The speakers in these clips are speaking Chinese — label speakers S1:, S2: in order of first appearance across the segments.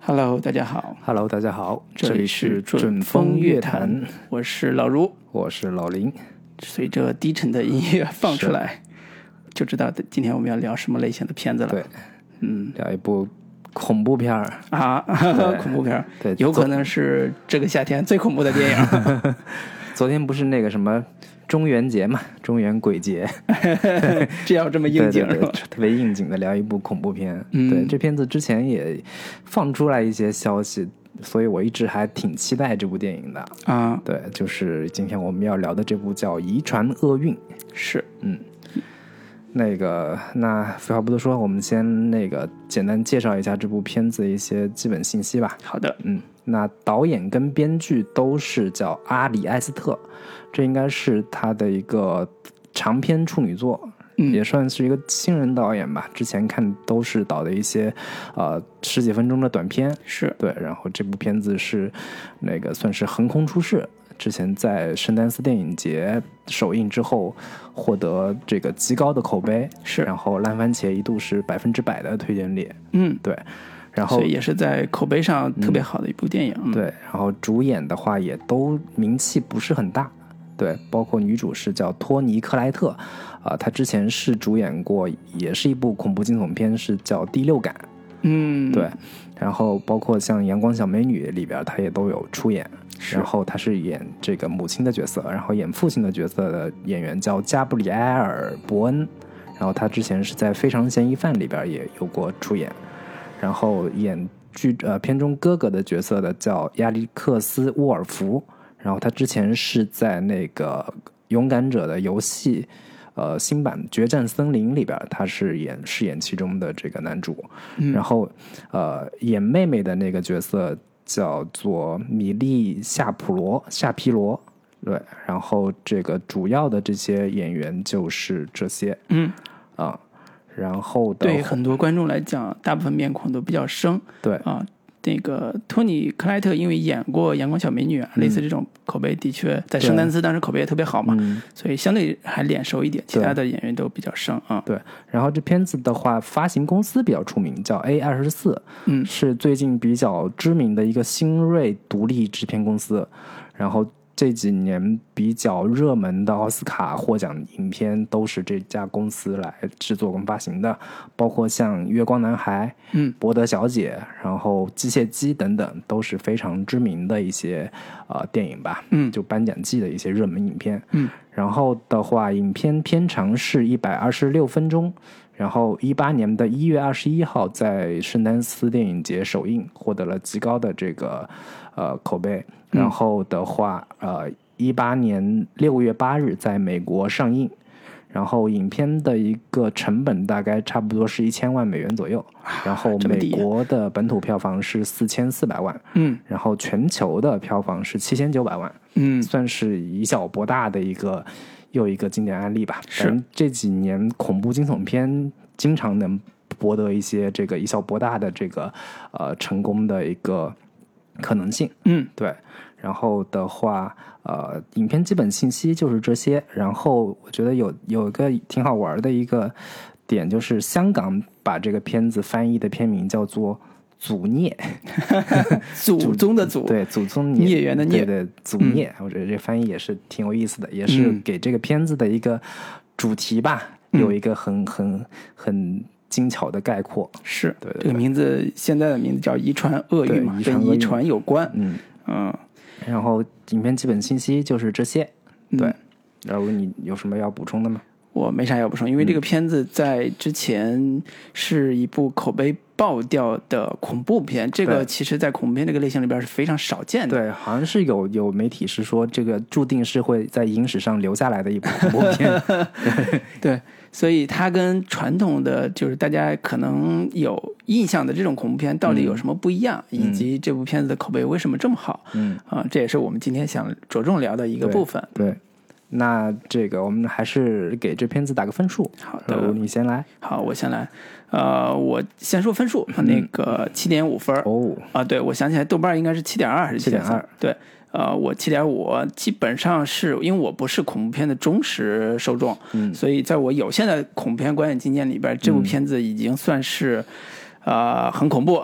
S1: Hello，大家好，
S2: Hello，大家好，
S1: 这
S2: 这
S1: 里
S2: 里
S1: 是
S2: 是
S1: 准
S2: 准
S1: 风
S2: 风
S1: 乐
S2: 乐
S1: 坛
S2: 坛，
S1: 我是老卢。
S2: 我是老林。
S1: 随着低沉的音乐放出来，就知道今天我们要聊什么类型的片子了。
S2: 对，嗯，聊一部恐怖片儿，
S1: 啊， 恐怖片儿，
S2: 对
S1: 有可能是这个夏天最恐怖的电 影。
S2: 昨天不是那个什么中元节嘛，中元鬼 节，
S1: 这要这么应景嗯
S2: 对
S1: 是
S2: 对
S1: 吧
S2: 对？特别应景的聊一部恐怖片。对，这片子之前也放出来一些消息，所以我一直还挺期待这部电影的。
S1: 啊，
S2: 对，就是今天我们要聊的这部叫《遗传厄运》。
S1: 是
S2: 那个，那废话不多说，我们先那个简单介绍一下这部片子的一些基本信息吧。
S1: 好的，
S2: 嗯，那导演跟编剧都是叫阿里埃斯特，这应该是他的一个长篇处女作，
S1: 嗯
S2: 也算是一个新人导演吧。之前看都是导的一些呃十几分钟的短片，
S1: 是
S2: 对。然后这部片子是那个算是横空出世，之前在圣丹斯电影节首映之后获得这个极高的口碑，
S1: 是，
S2: 然后烂番茄一度是百分之百的推荐率，
S1: 嗯，
S2: 对。然后
S1: 所以也是在口碑上特别好的一部电影。嗯，
S2: 对，然后主演的话也都名气不是很大，对，包括女主是叫托尼·克莱特，啊、她之前是主演过，也是一部恐怖惊悚片，是叫《第六感》，
S1: 嗯，
S2: 对，然后包括像《阳光小美女》里边儿她也都有出演，
S1: 是
S2: 然后她是演这个母亲的角色，然后演父亲的角色的演员叫加布里埃尔·伯恩，然后她之前是在《非常嫌疑犯》里边儿也有过出演，然后演剧呃片中哥哥的角色的叫亚历克斯·沃尔福，然后他之前是在那个《勇敢者的游戏》呃新版《决战森林》里边儿，他是演饰演其中的这个男主，
S1: 嗯
S2: 然后呃演妹妹的那个角色叫做米莉夏普罗夏皮罗。对，然后这个主要的这些演员就是这些，
S1: 嗯
S2: 啊，然后的
S1: 对
S2: 话
S1: 很多观众来讲，大部分面孔都比较生。
S2: 对
S1: 啊，那个托尼·克莱特因为演过《阳光小美女》啊，
S2: 嗯
S1: 类似这种口碑的确在圣丹斯当时口碑也特别好嘛，
S2: 嗯
S1: 所以相对还脸熟一点，其他的演员都比较生啊。
S2: 对，然后这片子的话，发行公司比较出名，叫 A 二十四，
S1: 嗯
S2: 是最近比较知名的一个新锐独立制片公司。然后这几年比较热门的奥斯卡获奖影片都是这家公司来制作跟发行的，包括像《月光男孩》、
S1: 嗯
S2: 《博德小姐》，然后《机械姬》等等，都是非常知名的一些呃电影吧。
S1: 嗯
S2: 就颁奖季的一些热门影片。
S1: 嗯，
S2: 然后的话，影片片长是一百二十六分钟。然后，一八年的一月二十一号在圣丹斯电影节首映，获得了极高的这个呃口碑。
S1: 嗯
S2: 然后的话，呃，一八年六月八日在美国上映。然后，影片的一个成本大概差不多是一千万美元左右。然后，
S1: 这么
S2: 美
S1: 低啊
S2: 国的本土票房是四千四百万，
S1: 嗯
S2: 然后全球的票房是七千九百万。
S1: 嗯，
S2: 算是以小博大的一个又一个经典案例吧。
S1: 是
S2: 反正这几年恐怖惊悚片经常能博得一些这个以小博大的这个呃成功的一个可能性。
S1: 嗯，
S2: 对。然后的话，呃，影片基本信息就是这些。然后我觉得有有一个挺好玩的一个点，就是香港把这个片子翻译的片名叫做《祖孽》。
S1: 祖宗的祖，
S2: 对，祖宗
S1: 孽缘的孽嗯
S2: 对对，祖孽，我觉得这翻译也是挺有意思的，也是给这个片子的一个主题吧，
S1: 嗯
S2: 有一个很很很精巧的概括。
S1: 是
S2: 对对
S1: 这个名字，现在的名字叫遗传厄运嘛，
S2: 对遗传
S1: 跟
S2: 厄
S1: 遗
S2: 运
S1: 传有关。
S2: 嗯，
S1: 嗯，
S2: 然后影片基本信息就是这些。
S1: 嗯
S2: 对，然后你有什么要补充的吗？
S1: 我没啥要补充，因为这
S2: 嗯
S1: 个片子在之前是一部口碑爆掉的恐怖片，这个
S2: 对
S1: 其实在恐怖片这个类型里边是非常少见的。
S2: 对，好像是有有媒体是说这个注定是会在影史上留下来的一部恐怖 片。
S1: 对，所以它跟传统的就是大家可能有印象的这种恐怖片到底有什么不一样，以及这部片子的口碑为什么这么好？
S2: 嗯，
S1: 啊、这也是我们今天想着重聊的一个
S2: 对
S1: 部分。
S2: 对。那这个我们还是给这片子打个分数。
S1: 好
S2: 然后
S1: 的，
S2: 你先来。
S1: 好，我先来，呃，我先说分数，那个七点五分儿。
S2: 嗯哦，
S1: 啊，对，我想起来，豆瓣儿应该是七点二还是7.3
S2: 7.2？
S1: 对，呃，我七点五，基本上是因为我不是恐怖片的忠实受众，
S2: 嗯
S1: 所以在我有限的恐怖片观影经验里边儿，这部片子已经算是。呃，很恐 怖，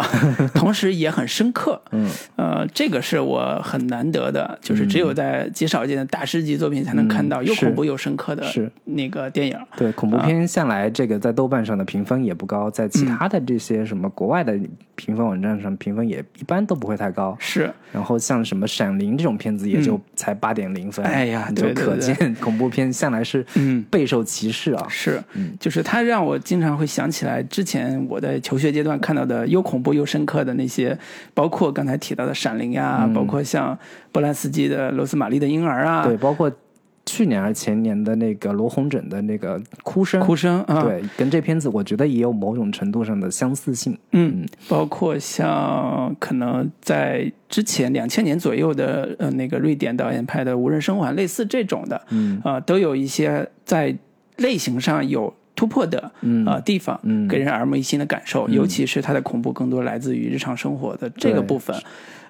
S1: 同时也很深刻。
S2: 嗯，
S1: 呃，这个是我很难得的，就是只有在极少见的大师级作品才能看到
S2: 嗯
S1: 又
S2: 是
S1: 恐怖又深刻的
S2: 是
S1: 那个电影。
S2: 对，恐
S1: 啊
S2: 怖片下来，这个在豆瓣上的评分也不高，在
S1: 嗯
S2: 其他的这些什么国外的评分网站上评分也一般都不会太高。
S1: 是，
S2: 然后像什么《闪灵》这种片子，也就才八点零分。
S1: 嗯哎呀
S2: 你
S1: 对
S2: 就
S1: 对
S2: 可
S1: 对
S2: 见恐怖片向来是
S1: 嗯，
S2: 备受歧视啊。
S1: 是，就是它让我经常会想起来之前我在求学阶段看到的又恐怖又深刻的那些，包括刚才提到的《闪灵》呀，包括像波兰斯基的《罗斯玛丽的婴儿》啊，
S2: 对，包括去年还是前年的那个罗红枕的那个《哭声》，
S1: 哭声啊，
S2: 对，跟这片子我觉得也有某种程度上的相似性。
S1: 嗯，包括像可能在之前两千年左右的呃那个瑞典导演拍的《无人生还》，类似这种的，
S2: 嗯，
S1: 啊、都有一些在类型上有突破的
S2: 嗯
S1: 啊、呃地方，
S2: 嗯
S1: 给人耳目一新的感受，尤其是它的恐怖更多来自于日常生活的这个
S2: 对
S1: 部分，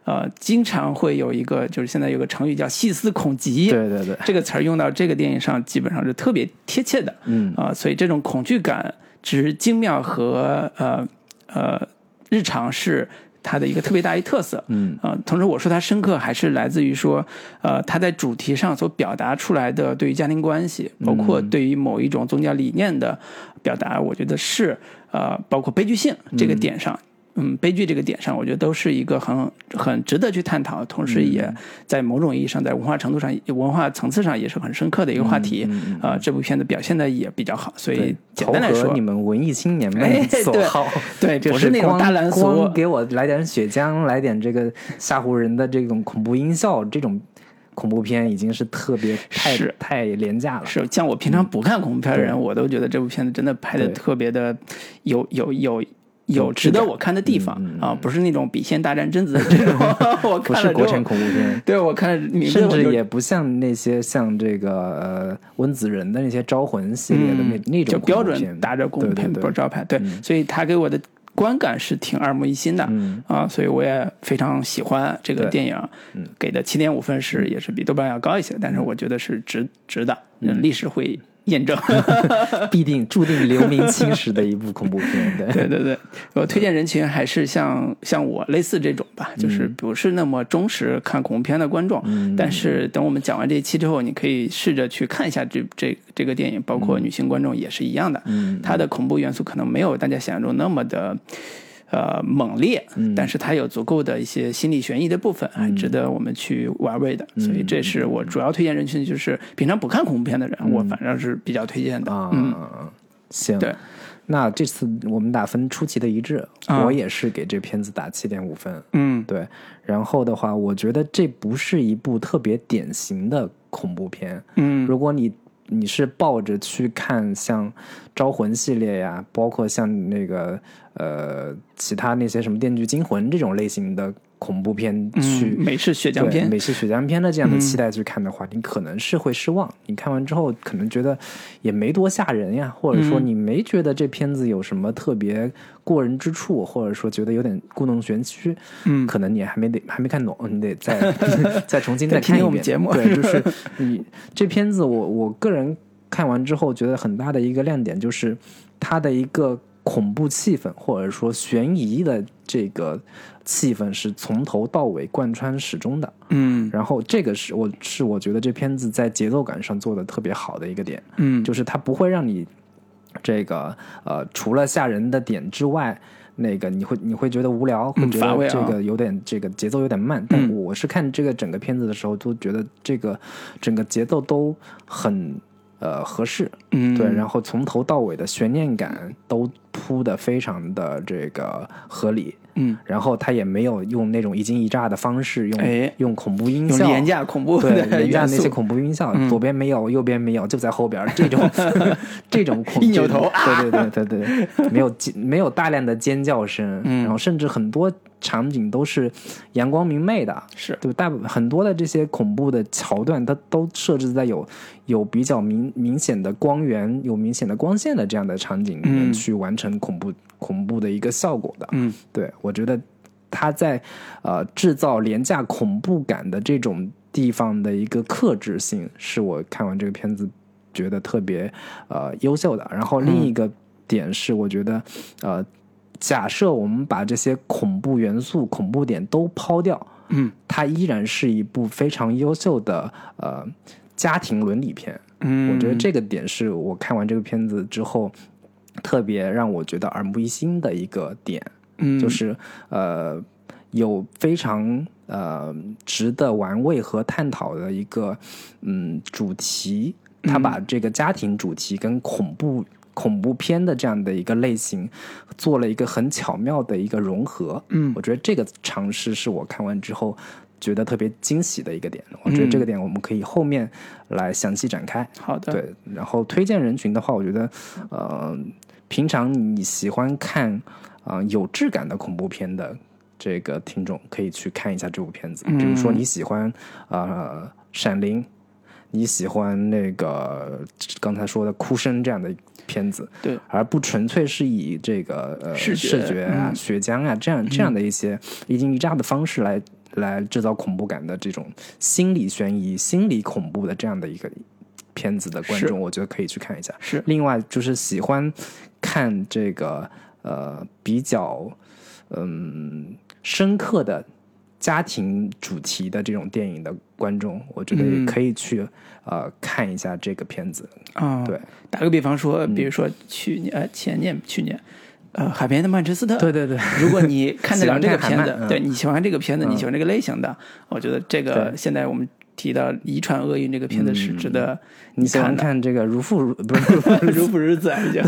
S1: 呃，经常会有一个就是现在有个成语叫细思恐极，
S2: 对对对，
S1: 这个词儿用到这个电影上，基本上是特别贴切的。
S2: 嗯
S1: 啊、所以这种恐惧感只是精妙和呃呃日常是它的一个特别大一特色。
S2: 嗯
S1: 啊、同时我说它深刻，还是来自于说，呃，它在主题上所表达出来的对于家庭关系，
S2: 嗯
S1: 包括对于某一种宗教理念的表达，我觉得是呃，包括悲剧性这个点上。嗯悲剧这个点上，我觉得都是一个很很值得去探讨，同时也在某种意义上，在文化程度上、文化层次上也是很深刻的一个话题。
S2: 嗯嗯
S1: 呃，这部片子表现的也比较好，所以
S2: 对，
S1: 简单来
S2: 投合
S1: 说
S2: 你，们文艺青年
S1: 哎
S2: 们所
S1: 对
S2: 好。
S1: 对，
S2: 就
S1: 不是那种
S2: 光
S1: 大蓝
S2: 光
S1: 俗，
S2: 给我来点血浆，来点这个吓唬人的这种恐怖音效，这种恐怖片已经是特别太
S1: 是
S2: 太廉价了。
S1: 是像我平常不看恐怖片的人，
S2: 对
S1: 我都觉得这部片子真的拍的
S2: 对
S1: 特别的有有有有值得我看的地方
S2: 嗯
S1: 啊，不是那种《笔仙大战贞子》这种， 我
S2: 不
S1: 看
S2: 是
S1: 了
S2: 国产
S1: 之后，，
S2: 恐怖片
S1: 对我看了名字
S2: 甚
S1: 我
S2: 至
S1: 就
S2: 也不像那些像这个呃温子仁的那些招魂系列的那、那
S1: 嗯就
S2: 种
S1: 标
S2: 恐怖
S1: 准
S2: 片
S1: 打着恐怖片
S2: 对对对
S1: 招牌，对，所以他给我的观感是挺耳目一新的，
S2: 嗯
S1: 啊，所以我也非常喜欢这个
S2: 对嗯
S1: 电影，给的七点五分是也是比豆瓣要高一些，但是我觉得是值值的，嗯，历史会验证，
S2: 必定注定留名青史的一部恐怖片。对，
S1: 对对对，
S2: 嗯
S1: 我推荐人群还是像像我类似这种吧，就是不是那么忠实看恐怖片的观众。
S2: 嗯
S1: 但是等我们讲完这一期之后，你可以试着去看一下这这这个电影，包括女性观众也是一样的。
S2: 嗯
S1: 它的恐怖元素可能没有大家想象中那么的。呃，猛烈，
S2: 嗯
S1: 但是它有足够的一些心理悬疑的部分，还值得我们去玩味的。
S2: 嗯
S1: 所以这是我主要推荐人群，就是平常不看恐怖片的人，我反正是比较推荐的。
S2: 嗯啊、
S1: 嗯
S2: 行，
S1: 对。
S2: 那这次我们打分出奇的一致，
S1: 啊
S2: 我也是给这片子打七点五分。
S1: 嗯，
S2: 对，然后的话，我觉得这不是一部特别典型的恐怖片。
S1: 嗯，
S2: 如果你你是抱着去看像《招魂》系列呀，包括像那个呃其他那些什么《电锯惊魂》这种类型的恐怖片去、
S1: 嗯美式血
S2: 对
S1: 浆片，嗯
S2: 美式血浆片的这样的期待去看的话，你可能是会失望。你看完之后，可能觉得也没多吓人呀，或者说
S1: 嗯
S2: 你没觉得这片子有什么特别过人之处，或者说觉得有点故弄玄虚，
S1: 嗯
S2: 可能你还没得还没看懂，你得再 再重新
S1: 再
S2: 再
S1: 听
S2: 看
S1: 听我
S2: 一遍
S1: 们节目
S2: 对， 就是你这片子我，我个人看完之后觉得很大的一个亮点就是它的一个恐怖气氛，或者说悬疑的这个气氛是从头到尾贯穿始终的。
S1: 嗯
S2: 然后这个是我是我觉得这片子在节奏感上做的特别好的一个点，
S1: 嗯，
S2: 就是它不会让你这个呃除了吓人的点之外。那个你会你会觉得无聊，会
S1: 嗯
S2: 觉
S1: 乏味
S2: 得
S1: 啊嗯
S2: 这个有点、这个节奏有点慢，但我是看这个整个片子的时候，都觉得这个整个节奏都很呃合适，
S1: 嗯
S2: 对，然后从头到尾的悬念感都铺的非常的这个合理，
S1: 嗯，
S2: 然后他也没有用那种一惊一乍的方式，用、
S1: 哎
S2: 用恐怖音
S1: 用
S2: 效，
S1: 廉价恐怖
S2: 对
S1: 的
S2: 廉价
S1: 元
S2: 那些
S1: 素嗯
S2: 恐怖音效，左边没有，右边没有，就在后边儿 这种 这种恐
S1: 一扭头啊
S2: 这种对对对 对对，没有尖没有大量的尖叫声，
S1: 嗯
S2: 然后甚至很多场景都是阳光明媚的，
S1: 是
S2: 对，大部很多的这些恐怖的桥段，它都设置在有有比较明明显的光源、有明显的光线的这样的场景里面
S1: 嗯
S2: 去完成恐怖、恐怖的一个效果的。
S1: 嗯，
S2: 对我觉得他在呃制造廉价恐怖感的这种地方的一个克制性，是我看完这个片子觉
S1: 嗯
S2: 得特别呃优秀的。然后另一个点是，我觉得、呃。假设我们把这些恐怖元素、恐怖点都抛掉，
S1: 嗯，
S2: 它依然是一部非常优秀的呃家庭伦理片。
S1: 嗯，
S2: 我觉得这个点是我看完这个片子之后特别让我觉得耳目一新的一个点。
S1: 嗯
S2: 就是呃，有非常呃值得玩味和探讨的一个嗯主题。他把
S1: 嗯
S2: 这个家庭主题跟恐怖恐怖片的这样的一个类型做了一个很巧妙的一个融合。
S1: 嗯
S2: 我觉得这个尝试是我看完之后。觉得特别惊喜的一个点，我觉得
S1: 嗯
S2: 这个点我们可以后面来详细展开。
S1: 好的，
S2: 对，然后推荐人群的话，我觉得，呃，平常你喜欢看啊、呃有质感的恐怖片的这个听众，可以去看一下这部片子。比如说你喜欢呃《闪灵》，你喜欢那个刚才说的《哭声》这样的片子，
S1: 对，
S2: 而不纯粹是以这个呃
S1: 视觉嗯
S2: 视觉啊、血浆啊这样这样的一些一惊一乍的方式来。来制造恐怖感的这种心理悬疑、心理恐怖的这样的一个片子的观
S1: 是
S2: 众，我觉得可以去看一下。
S1: 是
S2: 另外就是喜欢看这个呃比较嗯深刻的家庭主题的这种电影的观众，我觉得也可以去、呃看一下这个片子。
S1: 啊，
S2: 对。嗯
S1: 打个比方说，比如说去年、呃前年去年，呃，《海边的曼彻斯特》。
S2: 对对，
S1: 如果 你看得了这个
S2: 喜
S1: 片
S2: 欢看
S1: 子
S2: 韩，漫嗯嗯
S1: 对你喜欢看这个片子，你喜欢这个类型的，我觉得这个
S2: 对嗯
S1: 现在我们提到《遗传厄运》这个片子是值 得
S2: 你喜欢
S1: 看的。
S2: 看这个如父如不是
S1: 如不如自然就，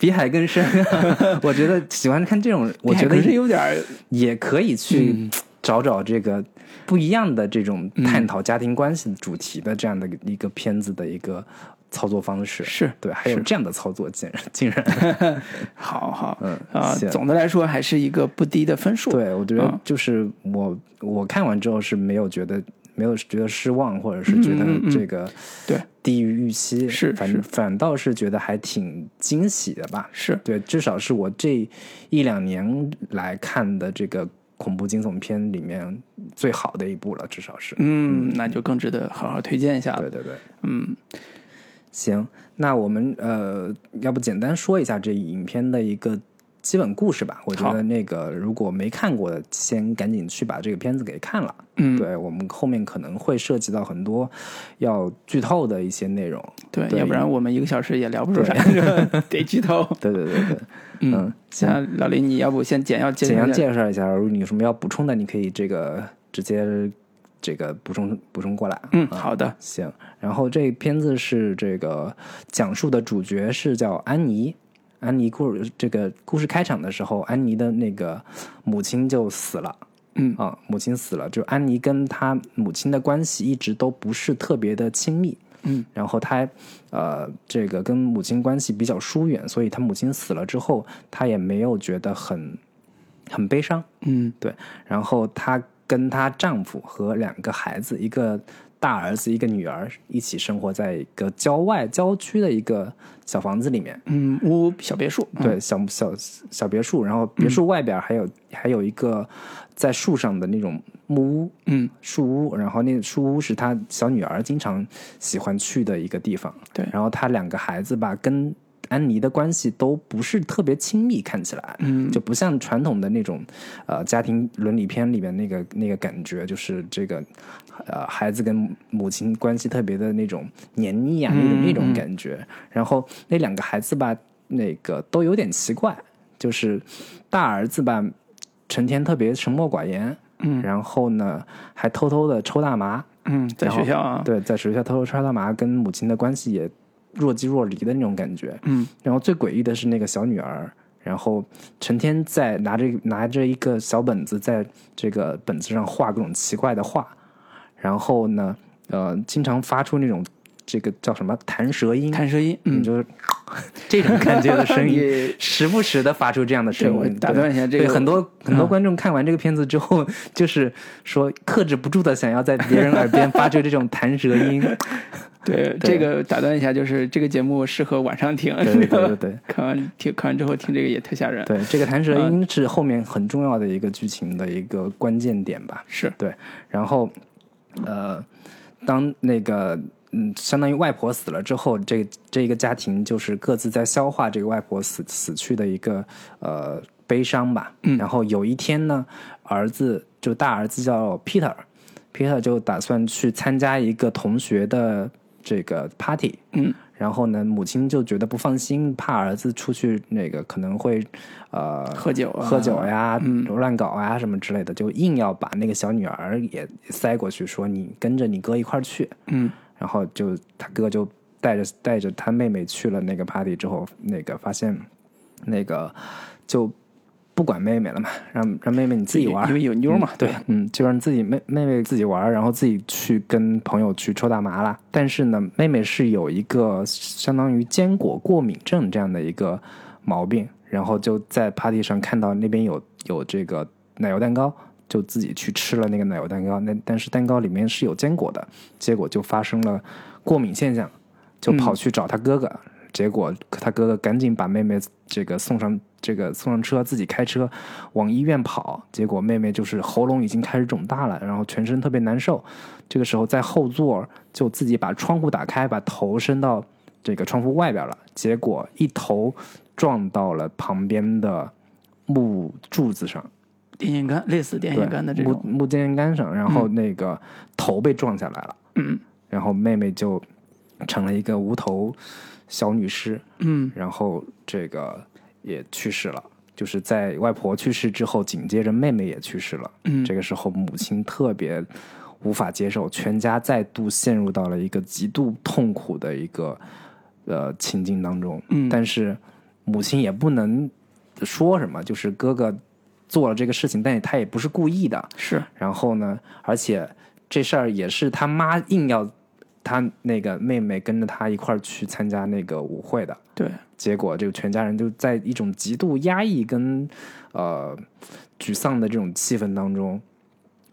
S2: 比海更深、啊， 我觉得喜欢看这种， 我觉得
S1: 还是有点儿
S2: 也可以去找找这个不一样的这种探讨家庭关系主题的这样的一个片子的一个操作方式。
S1: 是
S2: 对，还有这样的操作，竟然竟然，
S1: 好好，
S2: 嗯
S1: 啊，
S2: 行
S1: 总的来说还是一个不低的分数。
S2: 对我觉得
S1: 嗯
S2: 就是我我看完之后是没有觉得没有觉得失望，或者是觉
S1: 嗯嗯嗯
S2: 得这个
S1: 对
S2: 低于预期，
S1: 是是
S2: 反反倒是觉得还挺惊喜的吧。
S1: 是，嗯
S2: 对，至少是我这一两年来看的这个恐怖惊悚片里面最好的一部了，至少是。
S1: 嗯，那就更值得好好推荐一下了。
S2: 对对对，嗯，行，那我们呃，要不简单说一下这影片的一个基本故事吧？我觉
S1: 好
S2: 得那个如果没看过的，先赶紧去把这个片子给看了。
S1: 嗯
S2: 对我们后面可能会涉及到很多要剧透的一些内 容。
S1: 对，
S2: 对
S1: 要不然我们一个小时也聊不出啥， 得剧透。
S2: 对对对对，嗯，行，
S1: 那老林，你要不先简要介
S2: 简
S1: 绍
S2: 要
S1: 一下？
S2: 介绍一下，如果你有什么要补充的，你可以这个直接这个补充补充过来。啊
S1: 嗯，好的，
S2: 行，然后这片子是这个讲述的主角是叫安妮。安妮故这个故事开场的时候，安妮的那个母亲就死了。
S1: 嗯
S2: 啊，母亲死了，就安妮跟她母亲的关系一直都不是特别的亲密。
S1: 嗯，
S2: 然后她呃，这个跟母亲关系比较疏远，所以她母亲死了之后，她也没有觉得很很悲伤。
S1: 嗯
S2: 对，然后她跟她丈夫和两个孩子，一个大儿子，一个女儿，一起生活在一个郊外郊区的一个小房子里面。
S1: 嗯，屋小别墅，
S2: 对，小小小别墅，然后别墅外边还有、还有一个在树上的那种木屋，
S1: 嗯，
S2: 树屋，然后那树屋是她小女儿经常喜欢去的一个地方。
S1: 对
S2: 然后她两个孩子吧，跟安妮的关系都不是特别亲密，看起来，嗯，就不像传统的那种呃家庭伦理片里面那个那个感觉，就是这个呃孩子跟母亲关系特别的那种黏腻啊，那种那种感觉。然后那两个孩子吧，那个都有点奇怪，就是大儿子吧，成天特别沉默寡言。嗯，然后呢，还偷偷的抽大麻，
S1: 嗯，在
S2: 然
S1: 学
S2: 后
S1: 校啊，
S2: 对，在学校偷偷抽大麻，跟母亲的关系也若即若离的那种感觉。
S1: 嗯，
S2: 然后最诡异的是那个小女儿，然后成天在拿着拿着一个小本子，在这个本子上画各种奇怪的画，然后呢，呃，经常发出那种这个叫什么弹舌音，
S1: 弹舌音，
S2: 嗯，
S1: 嗯，
S2: 就是 这种感觉的 声音。
S1: 也
S2: 时不时的发出这样的
S1: 对
S2: 声
S1: 我
S2: 音，
S1: 打
S2: 嗯对
S1: 断一下，这个嗯
S2: 对很多很多观众看完这个片子之后， 就是说克制不住的想要在别人耳边发出这种弹舌 音。
S1: 对
S2: 对
S1: 这个打断一下，就是这个节目适合晚上听，
S2: 对对对 对对
S1: 看完听看完之后听这个也特吓人，
S2: 对，这个弹
S1: 嗯
S2: 舌音是后面很重要的一个剧情的一个关键点吧。
S1: 是，
S2: 对，然后呃，当那个嗯，相当于外婆死了之后，这这一个家庭就是各自在消化这个外婆死死去的一个呃悲伤吧。
S1: 嗯
S2: 然后有一天呢，儿子就大儿子叫 Peter，Peter 就打算去参加一个同学的这个 party。
S1: 嗯，
S2: 然后呢，母亲就觉得不放心，怕儿子出去那个可能会呃
S1: 喝酒啊
S2: 喝酒呀、乱搞啊什么之类的，就硬要把那个小女儿也塞过去，说你跟着你哥一块儿去。
S1: 嗯，
S2: 然后就他哥就带着带着他妹妹去了那个 party 之后，那个发现那个就不管妹妹了嘛，让让妹妹你自己玩
S1: 因
S2: 儿。
S1: 为有妞嘛，对，
S2: 嗯，就让自己妹妹妹自己玩儿，然后自己去跟朋友去抽大麻啦。但是呢，妹妹是有一个相当于坚果过敏症这样的一个毛病，然后就在 party 上看到那边有有这个奶油蛋糕，就自己去吃了那个奶油蛋糕。那但是蛋糕里面是有坚果的，结果就发生了过敏现象，就跑去找他哥哥。结果他哥哥赶紧把妹妹这个送上这个送上车，自己开车往医院跑。结果妹妹就是喉咙已经开始肿大了，然后全身特别难受。这个时候在后座就自己把窗户打开，把头伸到这个窗户外边了。结果一头撞到了旁边的木柱子上，
S1: 电线杆类似电
S2: 对
S1: 线杆的这
S2: 木
S1: 种，
S2: 木电线杆上，然后那个头被撞下来了。
S1: 嗯
S2: 然后妹妹就成了一个无头小女尸，
S1: 嗯，
S2: 然后这个也去世了。就是在外婆去世之后，紧接着妹妹也去世了。
S1: 嗯
S2: 这个时候母亲特别无法接受，全家再度陷入到了一个极度痛苦的一个呃情境当中。
S1: 嗯
S2: 但是母亲也不能说什么，就是哥哥做了这个事情，但是他也不是故意的。
S1: 是，
S2: 然后呢，而且这事儿也是他妈硬要他那个妹妹跟着他一块儿去参加那个舞会的。
S1: 对，
S2: 结果这个全家人就在一种极度压抑跟呃沮丧的这种气氛当中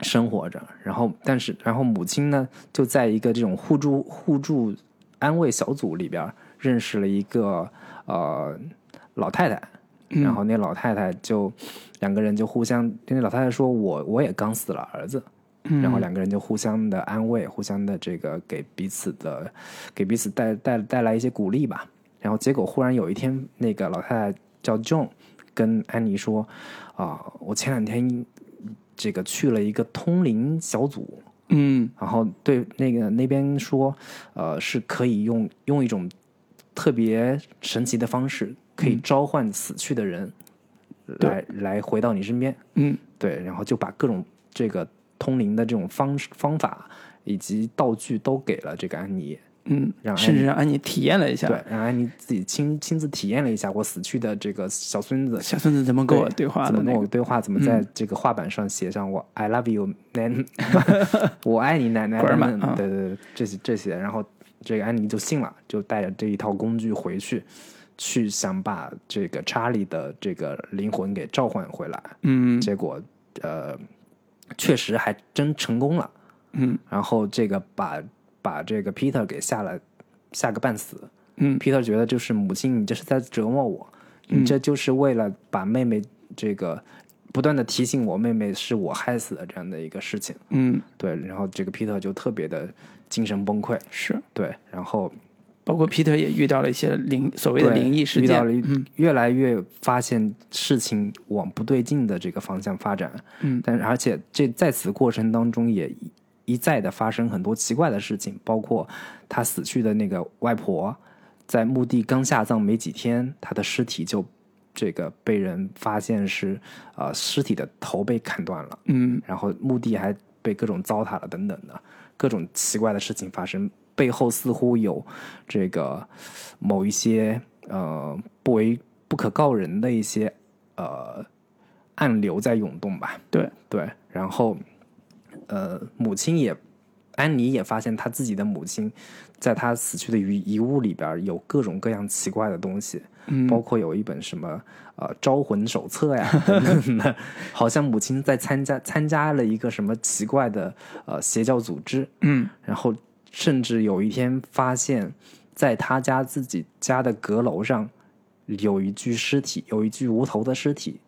S2: 生活着。然后，但是，然后母亲呢，就在一个这种互助互助安慰小组里边儿认识了一个呃老太太。然后那老太太就两个人就互相，那老太太说我我也刚死了儿子，然后两个人就互相的安慰，互相的这个给彼此的给彼此带带带来一些鼓励吧。然后结果忽然有一天，那个老太太叫 John 跟安妮说啊、我前两天这个去了一个通灵小组，
S1: 嗯
S2: 然后对那个那边说，呃，是可以用用一种特别神奇的方式，可以召唤死去的人来、来回到你身边。
S1: 嗯
S2: 对，然后就把各种这个通灵的这种方式方法以及道具都给了这个安妮，
S1: 嗯，
S2: 让安
S1: 甚至让安妮体验了一下，
S2: 对，让安妮自己亲亲自体验了一下我死去的这个小孙子
S1: 小孙子怎么跟我
S2: 对
S1: 对话
S2: 怎
S1: 的
S2: 么
S1: 那
S2: 跟
S1: 个嗯
S2: 我，对话？怎么在这个画板上写上我 I love you 奶， 我爱你奶奶
S1: 滚儿吧
S2: 们
S1: 啊
S2: 对对对，这些这些，然后这个安妮就信了，就带着这一套工具回去，去想把这个查理的这个灵魂给召唤回来。
S1: 嗯
S2: 结果呃，确实还真成功了。
S1: 嗯，
S2: 然后这个把把这个 Peter 给吓了，吓个半死。
S1: 嗯
S2: Peter 觉得就是母亲，你这是在折磨我，你这就是为了把妹妹这个不断的提醒我妹妹是我害死的这样的一个事情。
S1: 嗯
S2: 对，然后这个 Peter 就特别的精神崩溃。
S1: 是，
S2: 对，然后
S1: 包括皮特也遇到了一些灵所谓的
S2: 对
S1: 灵异事
S2: 遇到
S1: 件
S2: 了，一越来越发现事情往不对劲的这个方向发展。
S1: 嗯
S2: 但是而且这在此过程当中也一一再的发生很多奇怪的事情，包括他死去的那个外婆，在墓地刚下葬没几天，他的尸体就这个被人发现是呃尸体的头被砍断了，
S1: 嗯
S2: 然后墓地还被各种糟蹋了等等的各种奇怪的事情发生，背后似乎有这个某一些呃不为不可告人的一些呃暗流在涌动吧。
S1: 对，
S2: 对，然后呃，母亲也，安妮也发现她自己的母亲，在她死去的遗遗物里边儿有各种各样奇怪的东西，
S1: 嗯
S2: 包括有一本什么呃招魂手册呀 等等的，好像母亲在参加参加了一个什么奇怪的呃邪教组织，
S1: 嗯
S2: 然后甚至有一天发现，在他家自己家的阁楼上有一具尸体，有一具无头的尸体，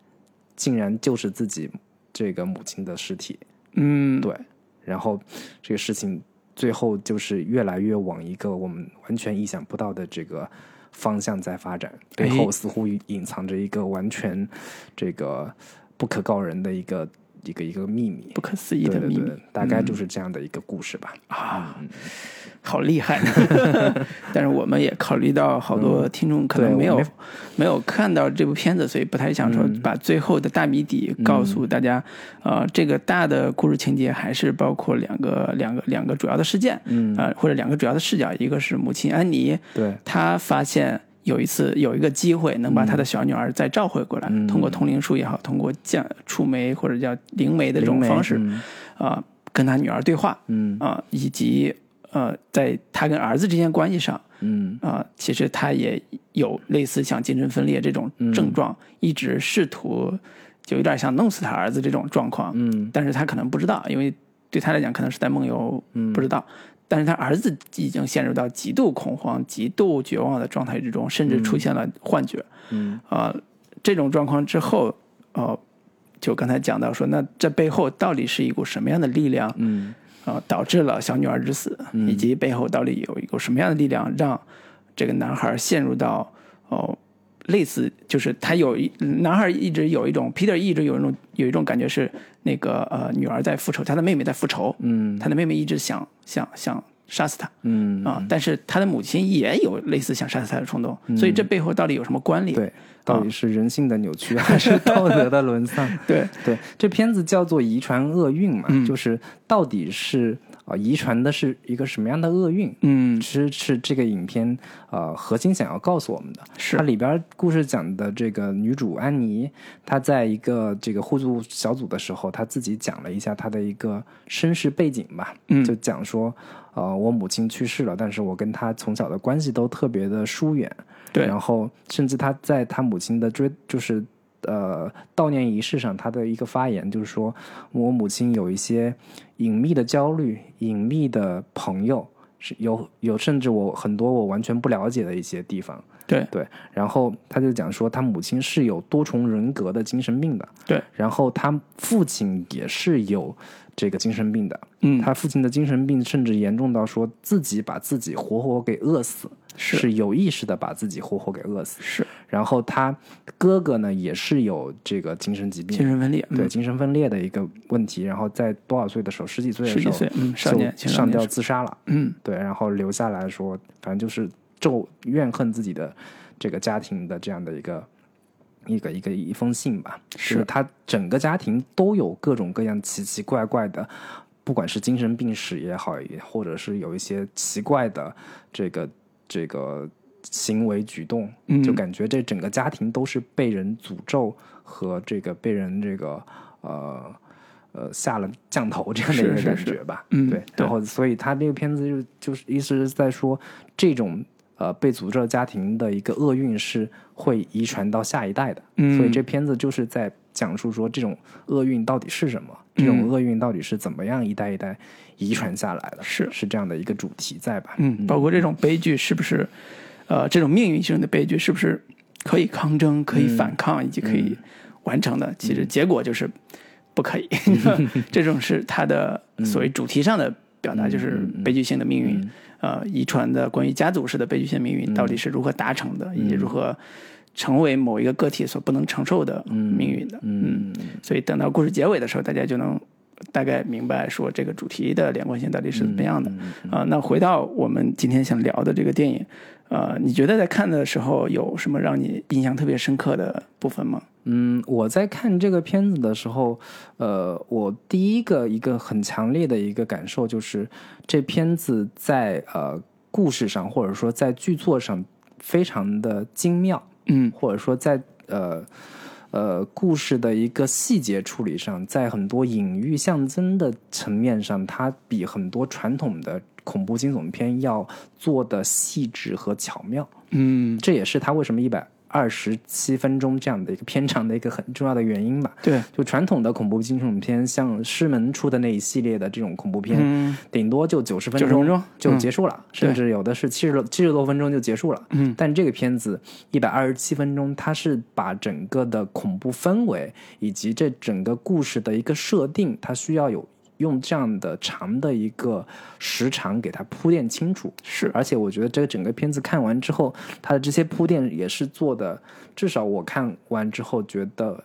S2: 竟然就是自己这个母亲的尸体。
S1: 嗯
S2: 对，然后这个事情最后就是越来越往一个我们完全意想不到的这个方向在发展，
S1: 哎
S2: 背后似乎隐藏着一个完全这个不可告人的一个一个一个秘密。
S1: 不可思议
S2: 对
S1: 的
S2: 对
S1: 秘密嗯
S2: 对，大概就是这样的一个故事吧。
S1: 啊，好厉 害！但是我们也考虑到好多听众可能
S2: 嗯对
S1: 没有、
S2: 我嗯
S1: 没
S2: 没
S1: 有看到这部片子，所以不太想说把最后的大谜底告诉大家。
S2: 嗯
S1: 呃，这个大的故事情节还是包括两个两个两个主要的事件，嗯，呃，或者两个主要的视角，一个是母亲安妮，
S2: 对，
S1: 他发现有一次有一个机会能把他的小女儿再召回过来，通过通灵术也好，通过降触媒或者叫灵媒的这种
S2: 灵媒
S1: 方式，啊、跟他女儿对话，
S2: 嗯
S1: 啊、以及呃，在他跟儿子之间关系上，
S2: 嗯
S1: 啊、其实他也有类似像精神分裂这种症状，一直试图就有点想弄死他儿子这种状况，
S2: 嗯
S1: 但是他可能不知道，因为对他来讲可能是在梦游，
S2: 嗯
S1: 不知道。但是他儿子已经陷入到极度恐慌、极度绝望的状态之中，甚至出现了幻觉。
S2: 嗯，
S1: 啊、这种状况之后，呃，就刚才讲到说，那这背后到底是一股什么样的力量？
S2: 嗯
S1: 呃，导致了小女儿之死，以及背后到底有一个什么样的力量让这个男孩陷入到哦、类似就是他有一男孩一直有一种 Peter 一直有一种有一种感觉是那个呃女儿在复仇，他的妹妹在复仇，
S2: 嗯
S1: 他的妹妹一直想想想杀死他
S2: 嗯，嗯
S1: 啊、但是他的母亲也有类似想杀死他的冲动，所以这背后到底有什么关联？
S2: 对，到
S1: 啊
S2: 底是人性的扭曲还是 道德的沦丧？
S1: 对
S2: 对，这片子叫做《遗传厄运》嘛，
S1: 嗯
S2: 就是到底是啊、呃遗传的是一个什么样的厄运？
S1: 嗯，
S2: 其实是这个影片呃核心想要告诉我们的。
S1: 是
S2: 它里边故事讲的这个女主安妮，她在一个这个互助小组的时候，她自己讲了一下她的一个身世背景吧，
S1: 嗯
S2: 就讲说，呃，我母亲去世了，但是我跟她从小的关系都特别的疏远，
S1: 对
S2: 然后甚至她在她母亲的追就是。呃，悼念仪式上，她的一个发言就是说，我母亲有一些隐秘的焦虑、隐秘的朋友，是有有甚至我很多我完全不了解的一些地方。
S1: 对
S2: 对，然后他就讲说，他母亲是有多重人格的精神病的，
S1: 对，
S2: 然后他父亲也是有这个精神病的，
S1: 嗯
S2: 他父亲的精神病甚至严重到说自己把自己活活给饿死，
S1: 是
S2: 有意识的把自己活活给饿死。
S1: 是
S2: 然后他哥哥呢，也是有这个精神疾病，
S1: 精神分裂，
S2: 对
S1: 嗯，
S2: 精神分裂的一个问题，然后在多少岁的时候，十几岁的
S1: 十
S2: 时
S1: 几
S2: 候，
S1: 岁，嗯，少
S2: 就
S1: 年青少
S2: 上
S1: 年
S2: 吊
S1: 时，
S2: 自杀了。
S1: 嗯，
S2: 对，然后留下来说，反正就是咒怨恨自己的这个家庭的这样的一个一个一个一封信吧。就是他整个家庭都有各种各样奇奇怪怪的，不管是精神病史也好，也或者是有一些奇怪的这个这个行为举动，
S1: 嗯
S2: 就感觉这整个家庭都是被人诅咒和这个被人这个呃。呃，下了降头这样的一
S1: 是
S2: 个
S1: 是
S2: 感
S1: 是
S2: 觉吧，
S1: 嗯
S2: 对，
S1: 对
S2: 然后所以他这个片子就就是意思是在说，这种呃被诅咒的家庭的一个厄运是会遗传到下一代的，
S1: 嗯
S2: 所以这片子就是在讲述说这种厄运到底是什么，
S1: 嗯
S2: 这种厄运到底是怎么样一代一代遗传下来的，
S1: 是
S2: 是这样的一个主题在吧？
S1: 嗯，包括这种悲剧是不是，呃，这种命运性的悲剧是不是可以抗争、可以反抗以及可以完成的？其实结果就是不可 以。这种是它的所谓主题上的表达，就是悲剧性的命运，呃，遗传的关于家族式的悲剧性命运到底是如何达成的，以及如何。成为某一个个体所不能承受的命运的，嗯，所以等到故事结尾的时候，大家就能大概明白说这个主题的连贯性到底是怎么样的。啊、那回到我们今天想聊的这个电影，呃，你觉得在看的时候有什么让你印象特别深刻的部分吗？
S2: 嗯，我在看这个片子的时候，呃，我第一个一个很强烈的一个感受就是，这片子在呃故事上或者说在剧作上非常的精妙，
S1: 嗯，
S2: 或者说在呃呃故事的一个细节处理上，在很多隐喻象征的层面上，它比很多传统的恐怖惊悚片要做的细致和巧妙。
S1: 嗯，
S2: 这也是它为什么一百二十七分钟这样的一个片长的一个很重要的原因吧。
S1: 对，
S2: 就传统的恐怖惊悚片，像师门出的那一系列的这种恐怖片，顶多就九十分
S1: 90分钟
S2: 钟就
S1: 嗯
S2: 结束了，甚至有的是七十多七十多分钟就结束了。嗯，但这个片子一百二十七分钟，它是把整个的恐怖氛围以及这整个故事的一个设定，它需要有用这样的长的一个时长给它铺垫清楚。
S1: 是
S2: 而且我觉得这个整个片子看完之后，它的这些铺垫也是做的，至少我看完之后觉得，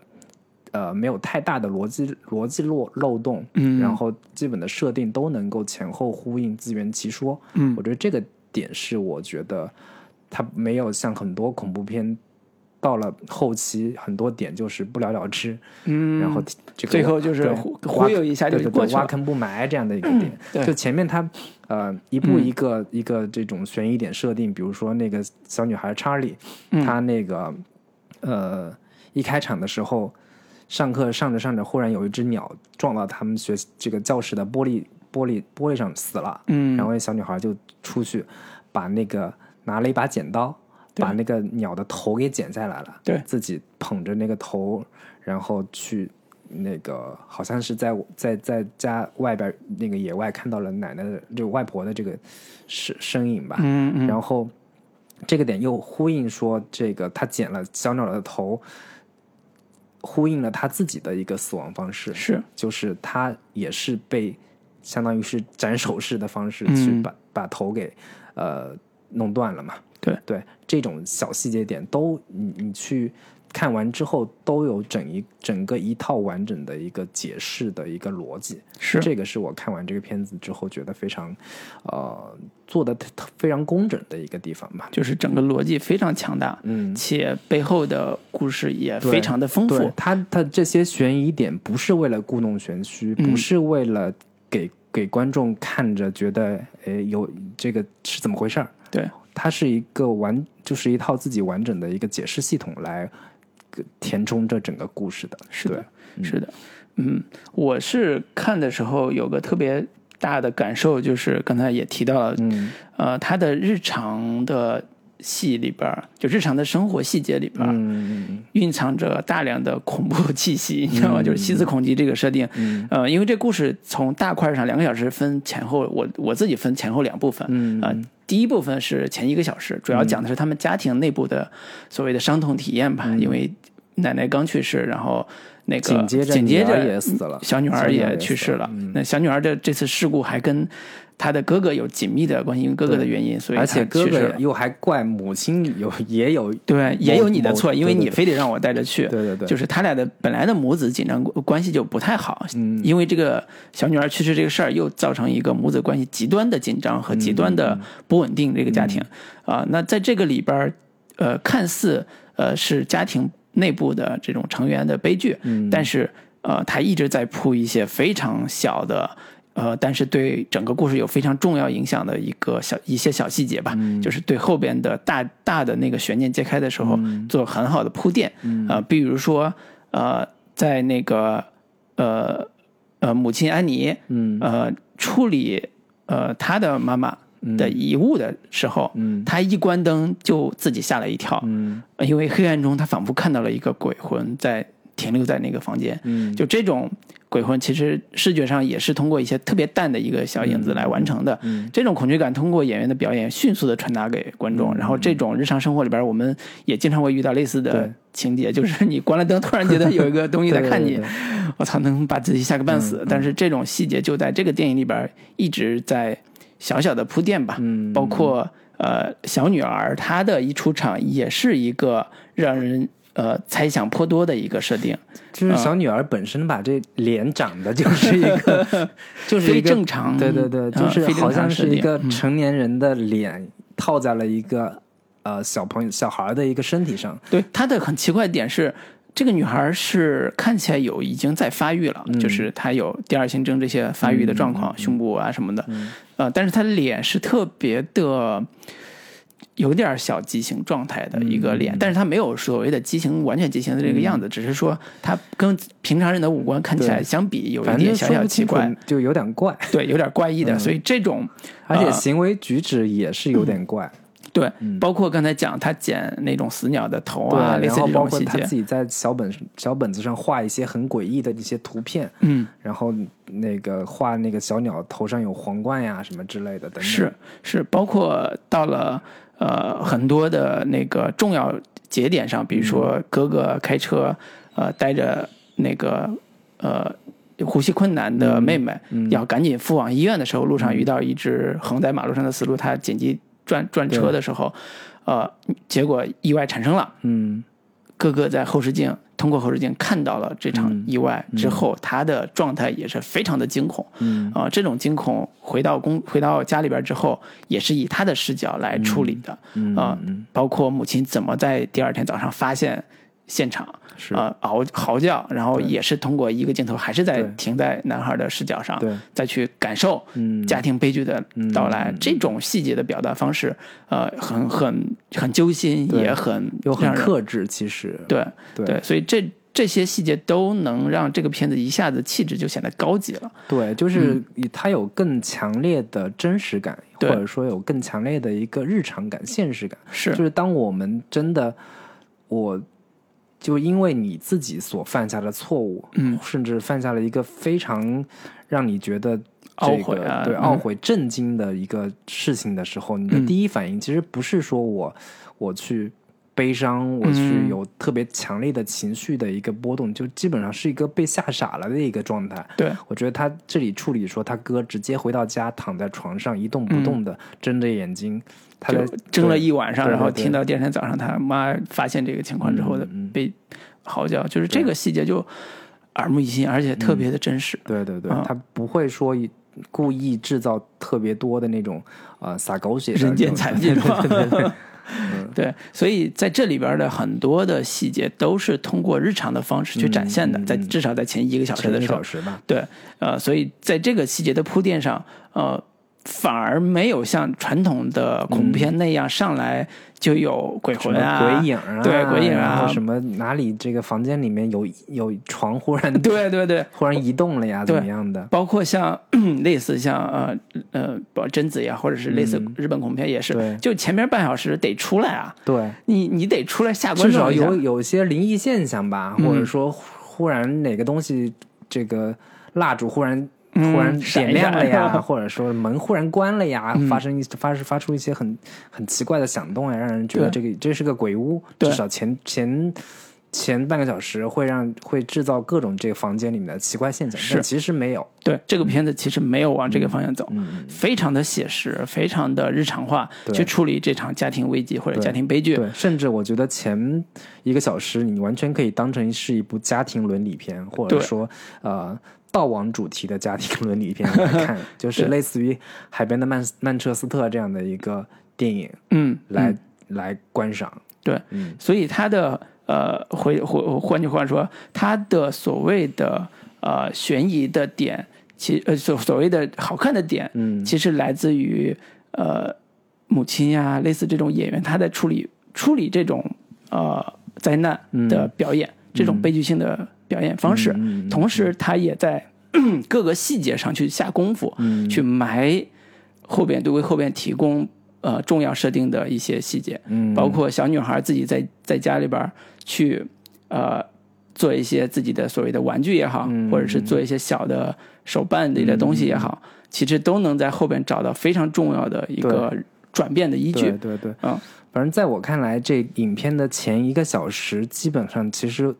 S2: 呃，没有太大的逻辑逻辑漏漏洞，嗯，然后基本的设定都能够前后呼应，自圆其说，嗯，我觉得这个点是我觉得它没有像很多恐怖片。到了后期，很多点就是不了了之，嗯，然后这个
S1: 最后就是
S2: 对
S1: 忽
S2: 挖
S1: 忽悠一下就
S2: 对对
S1: 过
S2: 对
S1: 去
S2: 挖
S1: 了。嗯
S2: 坑不埋这样的一个点。
S1: 对嗯
S2: 就前面他呃一步一个、一个这种悬疑点设定，比如说那个小女孩查理，
S1: 嗯
S2: 她那个呃一开场的时候，上课上着上着，忽然有一只鸟撞到他们学习这个教室的玻璃玻璃玻璃上死了，
S1: 嗯
S2: 然后那小女孩就出去把那个拿了一把剪刀。把那个鸟的头给剪下来了，
S1: 对
S2: 自己捧着那个头，然后去那个好像是在在在家外边那个野外看到了奶奶的就外婆的这个身身影吧，
S1: 嗯嗯，
S2: 然后这个点又呼应说，这个他剪了小鸟的头，呼应了他自己的一个死亡方式，
S1: 是
S2: 就是他也是被相当于是斩首式的方
S1: 嗯
S2: 式去把、把头给呃弄断了嘛。
S1: 对
S2: 对，这种小细节点都你你去看完之后都有整一整个一套完整的一个解释的一个逻辑。
S1: 是
S2: 这个是我看完这个片子之后觉得非常呃做的非常工整的一个地方吧。
S1: 就是整个逻辑非常强大，
S2: 嗯，
S1: 且背后的故事也
S2: 对
S1: 非常的丰
S2: 对
S1: 富。
S2: 他他这些悬疑点不是为了故弄玄虚，
S1: 嗯
S2: 不是为了给给观众看着觉得诶有这个是怎么回事儿，
S1: 对，
S2: 它是一个完就是一套自己完整的一个解释系统来呃填充这整个故事的。
S1: 是
S2: 对
S1: 的，是的，嗯，我是看的时候有个特别大的感受，就是刚才也提到了，
S2: 嗯
S1: 呃，他的日常的戏里边儿，就日常的生活细节里边儿，
S2: 嗯
S1: 蕴藏着大量的恐怖气息，你知道吗？就是细思恐极这个设定，
S2: 嗯
S1: 呃，因为这故事从大块上两个小时分前后，我我自己分前后两部分，
S2: 嗯
S1: 啊、第一部分是前一个小时，主要讲的是他们家庭内部的所谓的伤痛体验吧，因为奶奶刚去世，然后那个
S2: 嗯紧接着
S1: 紧接
S2: 女儿
S1: 着
S2: 也死了
S1: 小女儿
S2: 小女儿
S1: 也
S2: 也
S1: 去
S2: 死嗯
S1: 世
S2: 了
S1: 了。那小女儿的这次事故还跟她的哥哥有紧密的关系，因为哥哥的原因，所以
S2: 而
S1: 她
S2: 且哥
S1: 去世
S2: 哥
S1: 了
S2: 又还怪母亲有也有
S1: 对，也
S2: 某
S1: 有你的
S2: 某
S1: 错，因为
S2: 对对
S1: 你非得让我带着去。
S2: 对对对
S1: 就是他俩的本来的母子紧张关关系就不太好，嗯，因为这个小女儿去世这个事儿，又造成一个母子关系极端的紧张和极端
S2: 嗯
S1: 的不稳定这个家庭啊、那在这个里边儿，呃，看似呃是家庭内部的这种成员的悲剧，嗯，但是呃，他一直在铺一些非常小的。呃，但是对整个故事有非常重要影响的一个小一些小细节吧，就是对后边的大大的那个悬念揭开的时候、做很好的铺垫。呃，比如说呃，在那个呃呃母亲安妮，嗯，呃处理呃她的妈妈
S2: 嗯
S1: 的遗物的时候，嗯，她一关灯就自己吓了一跳，嗯，因为黑暗中她仿佛看到了一个鬼魂在停留在那个房间，嗯，就这种。鬼魂其实视觉上也是通过一些特别淡的一个小影子来完成的，
S2: 嗯
S1: 这种恐惧感通过演员的表演迅速的传达给观众，
S2: 嗯
S1: 然后这种日常生活里边我们也经常会遇到类似的
S2: 对
S1: 情节，就是你关了灯，突然觉得有一个东西在看
S2: 对
S1: 你
S2: 对，
S1: 我操，能把自己吓个半死。但是这种细节就在这个电影里边一直在小小的铺垫吧，嗯、包括呃小女儿她的一出场也是一个让人呃猜想颇多的一个设定，
S2: 就是小
S1: 嗯
S2: 女儿本身吧，这脸长得就是 一个，就是一个
S1: 非正常
S2: 对对对，
S1: 嗯
S2: 就是
S1: 非正常
S2: 好像是一个
S1: 设定嗯
S2: 成年人的脸套在了一个呃小朋友小孩儿的一个身体上，
S1: 对，她的很奇怪的点是，这个女孩是看起来有已经在发育了，
S2: 嗯
S1: 就是她有第二性征这些发育的状况，胸部啊什么的，
S2: 嗯
S1: 呃，但是她脸是特别的。有点小畸形状态的
S2: 嗯
S1: 一个脸，但是她没有所谓的畸形，完全畸形的这个样子，只是说她跟平常人的五官看起来
S2: 对
S1: 相比有一
S2: 反正
S1: 点小
S2: 说
S1: 小
S2: 不
S1: 奇
S2: 清楚嗯
S1: 怪，，啊
S2: 就有点怪，
S1: 对，有点怪异的，所以这种
S2: 而且
S1: 呃
S2: 行为举止也是有
S1: 嗯
S2: 点怪，
S1: 对，包括刚才讲她剪那种死鸟的头啊，
S2: 嗯对，
S1: 类
S2: 然
S1: 似这
S2: 后包
S1: 种
S2: 括
S1: 细
S2: 他
S1: 节
S2: 自，己在小本小本子上画一些很诡异的一些图片，
S1: 嗯，
S2: 然后那个画那个小鸟头上有皇冠呀什么之类的，等等，
S1: 是是，包括到了呃很多的那个重要节点上，比如说哥哥开车，呃，带着那个呃呼吸困难的妹妹要赶紧赴往医院的时候，路上遇到一只横在马路上的死路，她紧急转转车的时候，呃，结果意外产生了。
S2: 嗯
S1: 哥哥在后视镜通过后视镜看到了这
S2: 嗯
S1: 场意外之后，他的状态也是非常的惊恐。
S2: 嗯
S1: 啊、这种惊恐回到公回到家里边之后，也是以他的视角来处理的。
S2: 嗯
S1: 啊、
S2: 嗯
S1: 包括母亲怎么在第二天早上发现现场，
S2: 是
S1: 啊、嗷嚎叫，然后也是通过一个镜头，还是在
S2: 对
S1: 停在男孩的视角上
S2: 对，
S1: 再去感受
S2: 嗯
S1: 家庭悲剧的到来。这种细节的表达方式，呃，很很很揪心，
S2: 对
S1: 也很
S2: 又很
S1: 让人
S2: 克制，其实
S1: 对
S2: 对
S1: 所以这这些细节都能让这个片子一下子气质就显得高级了。
S2: 对，就是以它有更强烈的真实感，或
S1: 嗯对
S2: 者说有更强烈的一个日常感、现实感。
S1: 是
S2: 就是当我们真的，我就因为你自己所犯下的错误，
S1: 嗯，
S2: 甚至犯下了一个非常让你觉得、这个、
S1: 懊悔啊
S2: 对
S1: 嗯
S2: 懊悔、震惊的一个事情的时候，你的
S1: 嗯
S2: 第一反应其实不是说我我去。悲伤，我去
S1: 嗯
S2: 有特别强烈的情绪的一个波动，就基本上是一个被吓傻了的一个状态。
S1: 对，
S2: 我觉得他这里处理说，他哥直接回到家，躺在床上一动不动的，睁着眼睛，他
S1: 嗯就
S2: 在
S1: 蒸了一晚上，
S2: 对对
S1: 然后
S2: 对
S1: 听到第二天早上他妈发现这个情况之后的
S2: 嗯嗯
S1: 被嚎叫，就是这个细节就耳目一新，而且特别的真实。
S2: 对对对，
S1: 啊
S2: 他不会说以故意制造特别多的那种呃撒狗血的
S1: 人间
S2: 那种
S1: 惨剧是吧
S2: 对对对对嗯
S1: 对，所以在这里边的很多的细节都是通过日常的方式去展现的，
S2: 嗯嗯
S1: 在
S2: 嗯
S1: 至少在前 一个小时
S2: 前
S1: 的
S2: 一
S1: 时候
S2: 小，时吧，
S1: 对，呃，所以在这个细节的铺垫上，呃，反而没有像传统的恐怖片那样上来就有 鬼
S2: 嗯什
S1: 魂
S2: 么
S1: 啊、
S2: 鬼影啊，
S1: 对鬼影
S2: 然
S1: 啊
S2: 后，什么哪里这个房间里面有有床忽然
S1: 对对对，
S2: 忽然移动了呀，怎
S1: 对
S2: 么样的？
S1: 包括像 类似像呃呃不贞子呀，或者是类似日本恐怖片也是，
S2: 嗯对
S1: 就前面半小时得出来啊，
S2: 对，
S1: 你你得出来吓观
S2: 至少
S1: 众一下嗯
S2: 有有些灵异现象吧，或者说忽然哪个东西，这个蜡烛忽然
S1: 嗯
S2: 忽然
S1: 闪
S2: 点
S1: 一下嗯
S2: 亮了呀，
S1: 是 吧
S2: 或者说门忽然关了呀，发生一发发出一些很很奇怪的响动呀，让人觉得这
S1: 对
S2: 个这是个鬼屋。
S1: 对
S2: 至少前前前半个小时会让会制造各种这个房间里面的奇怪现象，
S1: 是
S2: 但其实没有。
S1: 对这个片子其实没有往这个方向走，非常的写实，非常的日常化，
S2: 嗯对
S1: 去处理这场家庭危机或者家庭悲剧。
S2: 对，甚至我觉得前一个小时你完全可以当成是一部家庭伦理片，或者
S1: 对
S2: 说呃道王主题的家庭伦 理片来看，就是类似于《海边的曼曼彻斯特》这样的一个电影
S1: 嗯，
S2: 来、来观赏。
S1: 对，
S2: 嗯
S1: 所以他的呃，回回换句话说，他的所谓的呃悬疑的点，其呃所所谓的好看的点，
S2: 嗯
S1: 其实来自于呃母亲呀、类似这种演员，他在处理处理这种
S2: 嗯
S1: 呃灾难的表演，这种悲剧性的表演方式，
S2: 嗯嗯嗯
S1: 同时他也在 各个细节上去下功夫，
S2: 嗯
S1: 去埋后边对为后边提供呃重要设定的一些细节，
S2: 嗯
S1: 包括小女孩自己在在家里边儿去呃做一些自己的所谓的玩具也好，或者是做一些小的手办类的东西也好，其实都能在后边找到非常重要的一个转变的依
S2: 对
S1: 据。
S2: 对对，
S1: 嗯，
S2: 反正在我看来，这影片的前一个小时基本上其实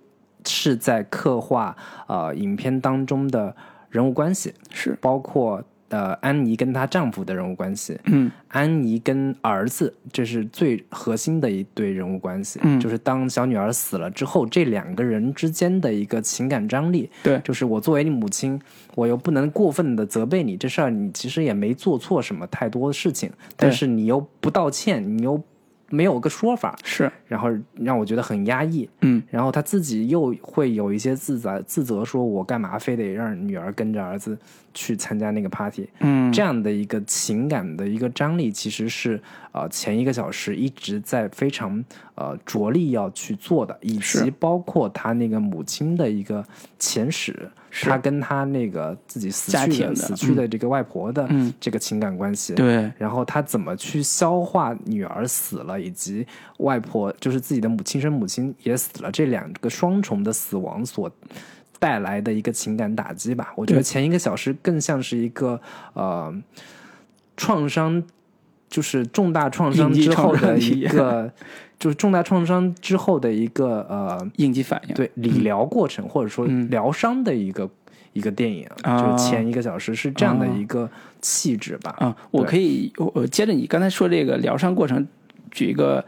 S2: 是在刻画呃影片当中的人物关系，
S1: 是，
S2: 包括呃安妮跟她丈夫的人物关系，
S1: 嗯，
S2: 安妮跟儿子，这是最核心的一对人物关系。
S1: 嗯
S2: 就是当小女儿死了之后，这两个人之间的一个情感张力。
S1: 对
S2: 就是我作为你母亲，我又不能过分的责备你，这事儿你其实也没做错什么太多的事情，但是你又不道歉，你又没有个说法，
S1: 是，
S2: 然后让我觉得很压抑。
S1: 嗯，
S2: 然后他自己又会有一些自责，自责说我干嘛非得让女儿跟着儿子去参加那个 party？
S1: 嗯，
S2: 这样的一个情感的一个张力，其实是呃前一个小时一直在非常呃着力要去做的，以及
S1: 是
S2: 包括他那个母亲的一个前史，
S1: 是
S2: 他跟他那个自己死
S1: 家
S2: 去
S1: 庭
S2: 的
S1: 的
S2: 死去的这个外婆的
S1: 嗯
S2: 这个情感关系，
S1: 对，
S2: 然后他怎么去消化女儿死了，以及外婆就是自己的母亲生母亲也死了这两个双重的死亡所带来的一个情感打击吧？我觉得
S1: 对
S2: 前一个小时更像是一个呃创伤，就是重大创伤
S1: 应激
S2: 之后
S1: 创伤
S2: 的一
S1: 体验
S2: 个， 就是重大创伤之后的一个呃
S1: 应激反应，
S2: 对理疗过程，或者说疗伤的一个、一个电影，
S1: 嗯啊
S2: 就是前一个小时是这样的一个气质吧。
S1: 啊，我可以我我接着你刚才说这个疗伤过程，举一个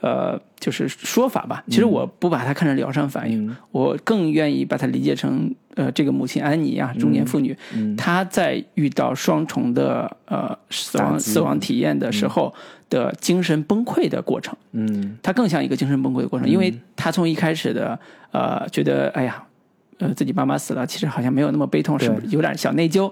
S1: 呃，就是说法吧。其实
S2: 嗯
S1: 我不把它看成疗伤反应，我更愿意把它理解成呃，这个母亲安妮啊，中
S2: 嗯
S1: 年妇女，她在遇到双重的呃死
S2: 打
S1: 亡
S2: 击
S1: 死亡体验的时候的精神崩溃的过程。
S2: 嗯
S1: 它更像一个精神崩溃的过程，因为他从一开始的呃觉得哎呀，呃自己妈妈死了，其实好像没有那么悲痛，
S2: 对嗯
S1: 是不是有点小内疚？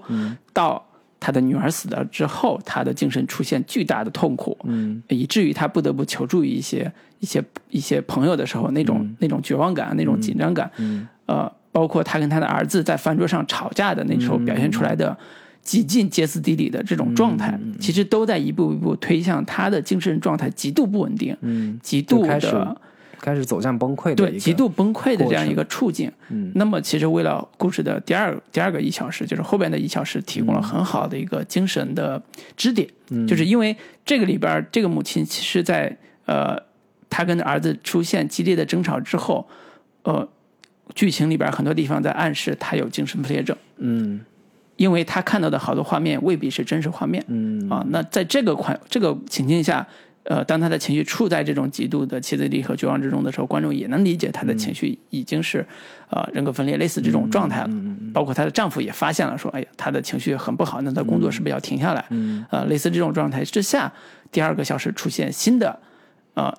S1: 到他的女儿死了之后，他的精神出现巨大的痛苦，
S2: 嗯
S1: 以至于他不得不求助于一些一些一些朋友的时候，那种、那种绝望感、那种紧张感，
S2: 嗯
S1: 呃，包括他跟他的儿子在饭桌上吵架的那时候
S2: 嗯
S1: 表现出来的几近歇斯底里的这种状态，
S2: 嗯
S1: 其实都在一步一步推向他的精神状态极度不稳定。
S2: 嗯，
S1: 极度
S2: 就开始
S1: 的
S2: 开始走向崩溃的一
S1: 对
S2: 个
S1: 极度崩溃的
S2: 过
S1: 这样一
S2: 程
S1: 个处境。
S2: 嗯
S1: 那么，其实为了故事的第二第二个一小时，就是后边的一小时，提供了很好的一个精神的支点。
S2: 嗯
S1: 就是因为这个里边儿，这个母亲其实在呃，她跟儿子出现激烈的争吵之后，呃，剧情里边儿很多地方在暗示她有精神分裂症，
S2: 嗯
S1: 因为她看到的好多画面未必是真实画面。
S2: 嗯
S1: 啊，那在这个款这个情境下，呃，当他的情绪处在这种极度的歇斯底里和绝望之中的时候，观众也能理解他的
S2: 嗯
S1: 情绪已经是、呃人格分裂类似这种状态了。
S2: 嗯
S1: 包括她的丈夫也发现了，说，哎呀，她的情绪很不好，那她工作是不是要停下来？
S2: 嗯
S1: 呃，类似这种状态之下，第二个小时出现新的呃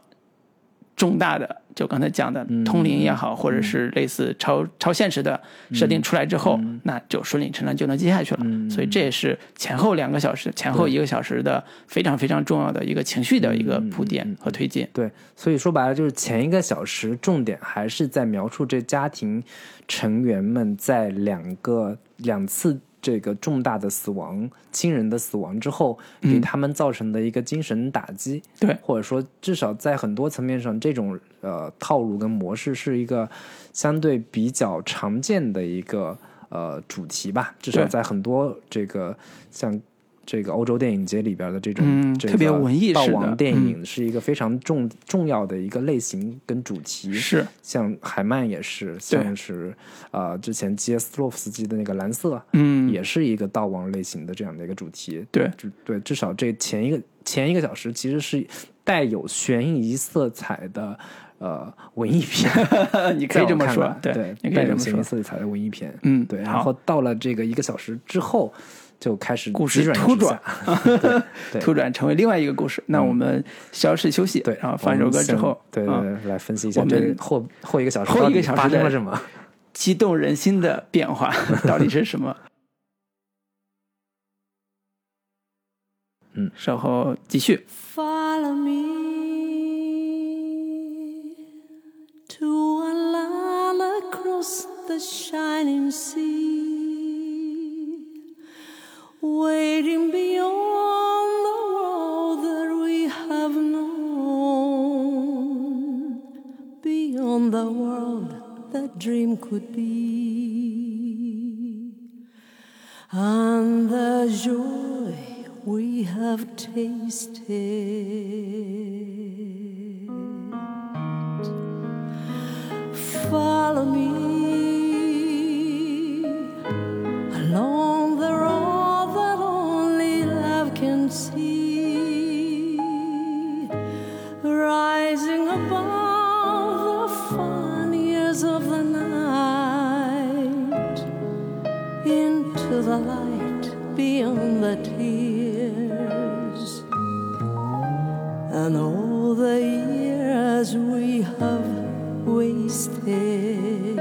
S1: 重大的，就刚才讲的
S2: 嗯
S1: 通灵也好，或者是类似超超现实的设定出来之后，
S2: 嗯
S1: 那就顺理成章就能接下去了。所以这也是前后两个小时、前后一个小时的非常非常重要的一个情绪的一
S2: 嗯
S1: 个铺垫和推进。
S2: 对，所以说白了就是前一个小时重点还是在描述这家庭成员们在两个两次这个重大的死亡、亲人的死亡之后，给他们造成的一个精神打击，
S1: 嗯对
S2: 或者说至少在很多层面上，这种呃套路跟模式是一个相对比较常见的一个呃主题吧，至少
S1: 对
S2: 在很多这个像。这个欧洲电影节里边的这种、
S1: 嗯
S2: 这个
S1: 特别文艺式
S2: 悼
S1: 的嗯
S2: 亡电影是一个非常重、重要的一个类型跟主题，
S1: 是
S2: 像海曼也是，像是呃之前基耶斯洛夫斯基的那个《蓝色》
S1: 嗯，
S2: 也是一个悼亡类型的这样的一个主题，
S1: 对
S2: 就对，至少这前一个前一个小时其实是带有悬疑色彩的呃文 艺片，
S1: 你可以这么
S2: 在我看
S1: 说
S2: 来，
S1: 对，你可
S2: 带
S1: 以这
S2: 有
S1: 么
S2: 悬
S1: 说
S2: 疑。色彩的文艺片，
S1: 嗯
S2: 对。然
S1: 好
S2: 后到了这个一个小时之后，就开始
S1: 故事
S2: 急
S1: 突
S2: 之下
S1: 转，突然成为另外一个故事。那我们消失休息，
S2: 嗯对，
S1: 然后放啊一首歌之后，
S2: 对
S1: 啊
S2: 对对，来分析一下
S1: 我
S2: 这
S1: 们
S2: 个后后一个小时
S1: 后一
S2: 到底
S1: 个小时
S2: 发生
S1: 的
S2: 了什么？
S1: 激动人心的变 化到底是什么？
S2: 嗯，
S1: 稍后继续。
S3: Follow me to a land across the shining sea, waiting beyond the world that we have known, beyond the world that dream could be and the joy we have tasted. Follow me along the road that only love can see, rising above the funniest of the night into the light beyond the tears and all the years we have wasted.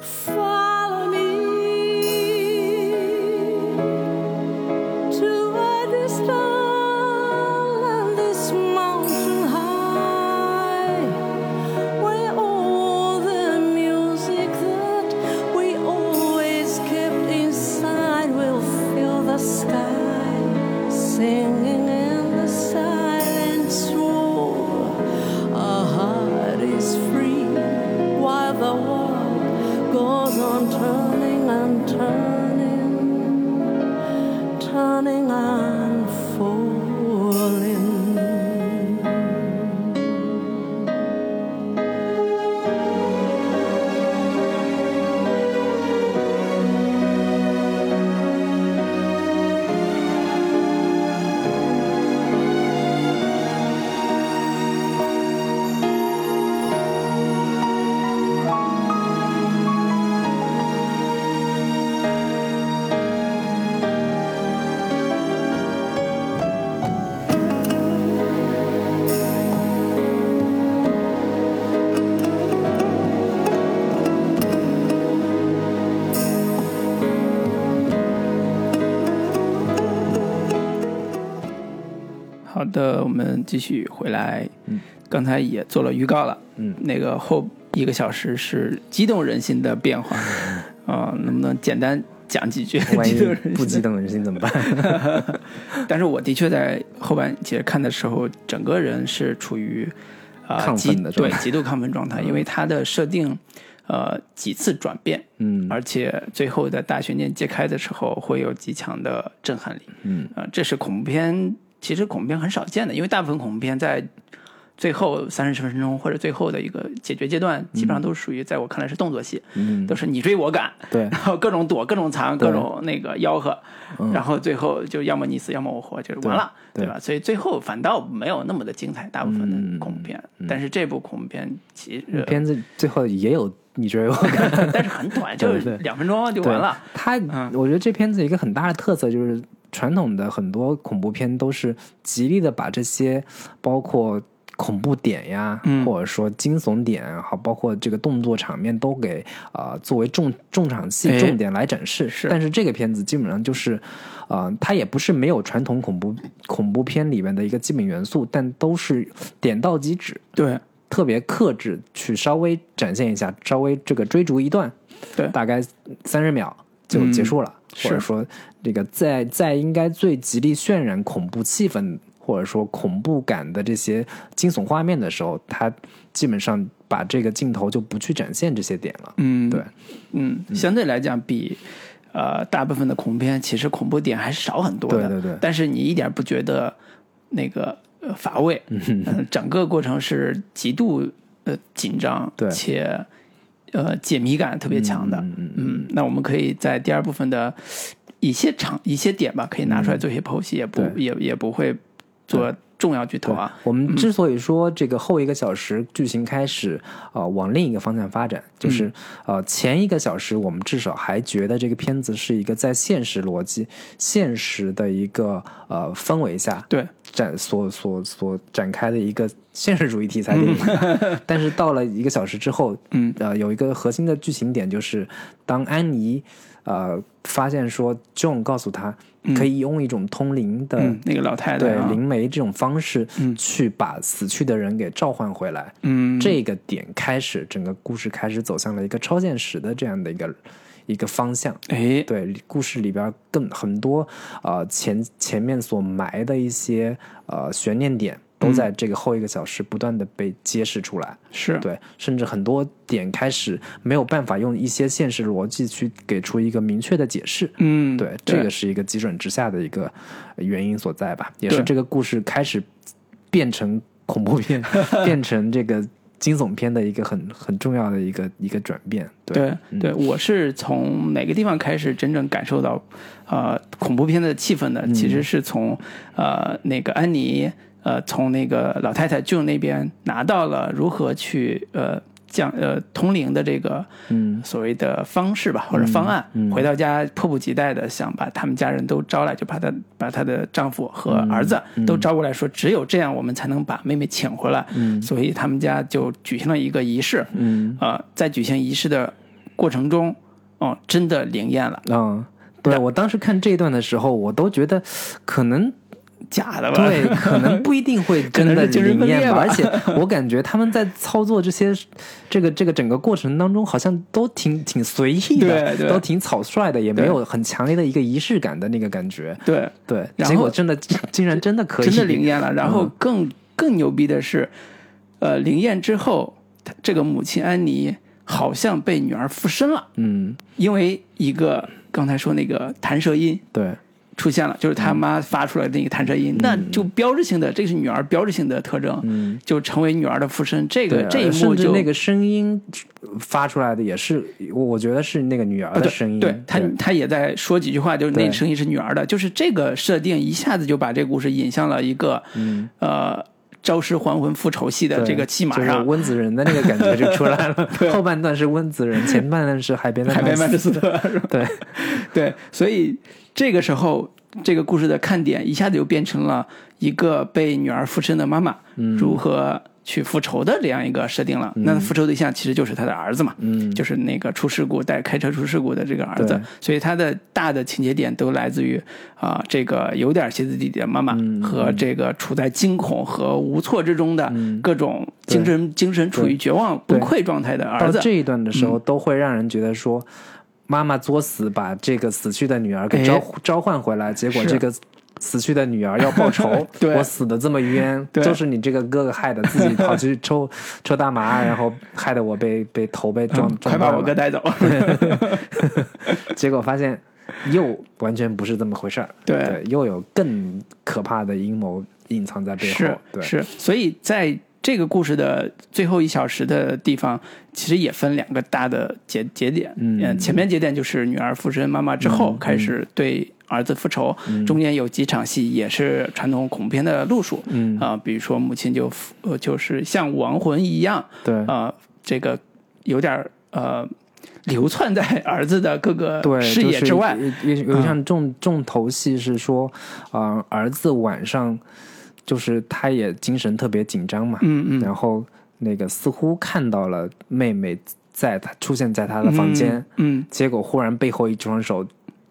S3: Follow me to a distant land, this mountain high where all the music that we always kept inside will fill the sky, singing in the silence roar
S1: 好的，我们继续回来。
S2: 嗯
S1: 刚才也做了预告了，
S2: 嗯
S1: 那个后一个小时是激动人心的变 化，啊、能不能简单讲几句
S2: 万
S1: 激
S2: 一
S1: 动人心？
S2: 不激动人心怎么办？
S1: 但是我的确在后半节看的时候，整个人是处于啊、呃、
S2: 亢奋
S1: 极
S2: 的状
S1: 对
S2: 态嗯
S1: 极度亢奋状态，因为它的设定呃几次转变，
S2: 嗯
S1: 而且最后在大悬念揭开的时候会有极强的震撼力。
S2: 嗯
S1: 呃，这是恐怖片，其实恐怖片很少见的，因为大部分恐怖片在最后三十分钟或者最后的一个解决阶段，基本上都属于在我看来是动作戏，
S2: 嗯，
S1: 都是你追我赶，
S2: 对
S1: 然后各种躲、各种藏、
S2: 对嗯
S1: 各种那个吆喝，然后最后就要么你死，要么我活，就是完了，
S2: 对
S1: 对吧？所以最后反倒没有那么的精彩，大部分
S2: 嗯
S1: 的恐怖片，但是这部恐怖片其实，
S2: 片子最后也有你追我赶。
S1: 但是很短，
S2: 对
S1: 就
S2: 对
S1: 是两分钟就
S2: 对
S1: 完了，嗯
S2: 它，我觉得这片子一个很大的特色就是，传统的很多恐怖片都是极力的把这些包括恐怖点呀，
S1: 嗯
S2: 或者说惊悚点啊，好，包括这个动作场面都给啊、呃作为重重场戏
S1: 哎
S2: 重点来展示。
S1: 是
S2: 但是这个片子基本上就是，呃，它也不是没有传统恐怖恐怖片里面的一个基本元素，但都是点到即止。
S1: 对
S2: 特别克制，去稍微展现一下，稍微这个追逐一段，
S1: 对
S2: 大概三十秒就结束了，
S1: 嗯是
S2: 或者说这个在在应该最极力渲染恐怖气氛或者说恐怖感的这些惊悚画面的时候，他基本上把这个镜头就不去展现这些点了。
S1: 嗯，
S2: 对，
S1: 嗯，相对来讲比。呃，大部分的恐怖片其实恐怖点还是少很多的，
S2: 对对对
S1: 但是你一点不觉得那个呃乏味，嗯、整个过程是极度呃紧张，
S2: 对
S1: 且呃解谜感特别强的，
S2: 嗯嗯嗯
S1: 嗯，那我们可以在第二部分的一些场一些点吧，可以拿出来做一些剖析，也不
S2: 对
S1: 也也不会做重要剧透啊，
S2: 我们之所以说这个后一个小时剧情开始呃往另一个方向发展，就是、
S1: 嗯
S2: 呃前一个小时我们至少还觉得这个片子是一个在现实逻辑、现实的一个呃氛围下
S1: 对，
S2: 展所所所展开的一个现实主义题材电影， 但是到了一个小时之后，
S1: 嗯，
S2: 呃，有一个核心的剧情点就是，当安妮呃发现说 John 告诉她可以用一种通灵的、
S1: 嗯，那个老太太、
S2: 对
S1: 啊，
S2: 灵媒这种方式
S1: 嗯
S2: 去把死去的人给召唤回来，
S1: 嗯，
S2: 这个点开始，整个故事开始走向了一个超现实的这样的一个一个方向。
S1: 哎，
S2: 对，故事里边更很多呃前前面所埋的一些呃悬念点，都在这个后一个小时不断的被揭示出来。
S1: 是，
S2: 对，甚至很多点开始没有办法用一些现实逻辑去给出一个明确的解释。
S1: 嗯，
S2: 对，这个是一个急转直下的一个原因所在吧，也
S1: 对
S2: 是这个故事开始变成恐怖片，变成这个惊悚片的一个很很重要的一个一个转变。对，嗯
S1: 对对，我是从哪个地方开始真正感受到，呃，恐怖片的气氛
S2: 嗯
S1: 呢？其实是从呃那个安妮，呃，从那个老太太 June 那边拿到了如何去呃降呃通灵的这个
S2: 嗯
S1: 所谓的方式吧，或者方案。
S2: 嗯嗯
S1: 回到家，迫不及待的想把他们家人都招来，就把她把她的丈夫和
S2: 嗯
S1: 儿子都招过来说，只有这样我们才能把妹妹请回来。所以他们家就举行了一个仪式。
S2: 嗯
S1: 呃，在举行仪式的过程中，哦、真的灵验了，
S2: 嗯，对我当时看这一段的时候，我都觉得可能
S1: 假的吧？
S2: 对，可能不一定会真
S1: 啊可能
S2: 的
S1: 是精神
S2: 灵
S1: 分裂
S2: 验吧。
S1: 吧
S2: 而且我感觉他们在操作这些这个这个整个过程当中，好像都挺挺随意的，
S1: 对对
S2: 都挺草率的，也没
S1: 对
S2: 有很强烈的一个仪式感的那个感觉。
S1: 对，
S2: 对，
S1: 然
S2: 结
S1: 后
S2: 果真的竟然真的可以，嗯
S1: 真的灵验了。然后更、更牛逼的是，呃，灵验之后，她这个母亲安妮好像被女儿附身了，
S2: 嗯，
S1: 因为一个刚才说那个弹舌音。
S2: 对，
S1: 出现了，就是
S2: 嗯
S1: 他妈发出来的那个弹舌音，那就标志性的，这是女儿标志性的特征，就成为女儿的附身。这个
S2: 嗯对
S1: 这一幕
S2: 甚至
S1: 就
S2: 那个声音发出来的也是，我我觉得是那个女儿
S1: 啊
S2: 的
S1: 对
S2: 声音，
S1: 对他他也在说几句话，就是那
S2: 对
S1: 声音是女儿的，就是这个设定一下子就把这个故事引向了一个、呃招尸还魂复仇戏的
S2: 嗯
S1: 这
S2: 对
S1: 个戏码
S2: 就是
S1: 上。
S2: 温子仁的那个感觉就出来 了。后半段是温子仁，前半段是海边的
S1: 海边曼彻斯
S2: 斯。
S1: 特，是吧
S2: 对，
S1: 对，所以这个时候，这
S2: 嗯
S1: 个故事的看点一下子就变成了一个被女儿附身的妈妈如何去复仇的这样一个设定了。那复仇对象其实就是他的儿子嘛，
S2: 嗯，
S1: 就是那个出事故带开车出事故的这个儿子
S2: 对，
S1: 所以他的大的情节点都来自于啊、这个有点歇斯底里的妈妈
S2: 嗯
S1: 和这个处在惊恐和无措之中的各种精神、精神处于绝望崩
S2: 嗯对
S1: 溃状态的儿
S2: 到
S1: 子。嗯
S2: 这一段的时候，都会让人觉得说，妈妈作死把这个死去的女儿给
S1: 哎
S2: 召、召唤回来，结果
S1: 是，
S2: 这个死去的女儿要报仇
S1: 对
S2: 我死的这么冤，
S1: 对
S2: 就是你这个哥哥害的，自己 跑去抽抽大麻，然后害得我被被头被撞、
S1: 嗯快
S2: 撞
S1: 把
S2: 断
S1: 我哥
S2: 了，
S1: 带走！
S2: 结果发现又完全不是这么回事儿，
S1: 对
S2: 对，又有更可怕的阴谋隐藏在背后，
S1: 是
S2: 对，
S1: 是，所以在这个故事的最后一小时的地方，其实也分两个大的节节点。
S2: 嗯
S1: 呃前面节点就是女儿附身妈妈之后，开始对儿子复仇，
S2: 嗯
S1: 中间有几场戏也是传统恐怖片的路数。
S2: 嗯
S1: 啊、比如说母亲就附呃就是像亡魂一样，
S2: 对。
S1: 呃，这个有点儿呃流窜在 儿子的各个
S2: 对，
S1: 呃视野之外。嗯
S2: 就是、有有有一场重重头戏是说，啊、儿子晚上就是他也精神特别紧张嘛，
S1: 嗯嗯，
S2: 然后那个似乎看到了妹妹在他出现在他的房间，
S1: 嗯
S2: 结果忽然背后一双手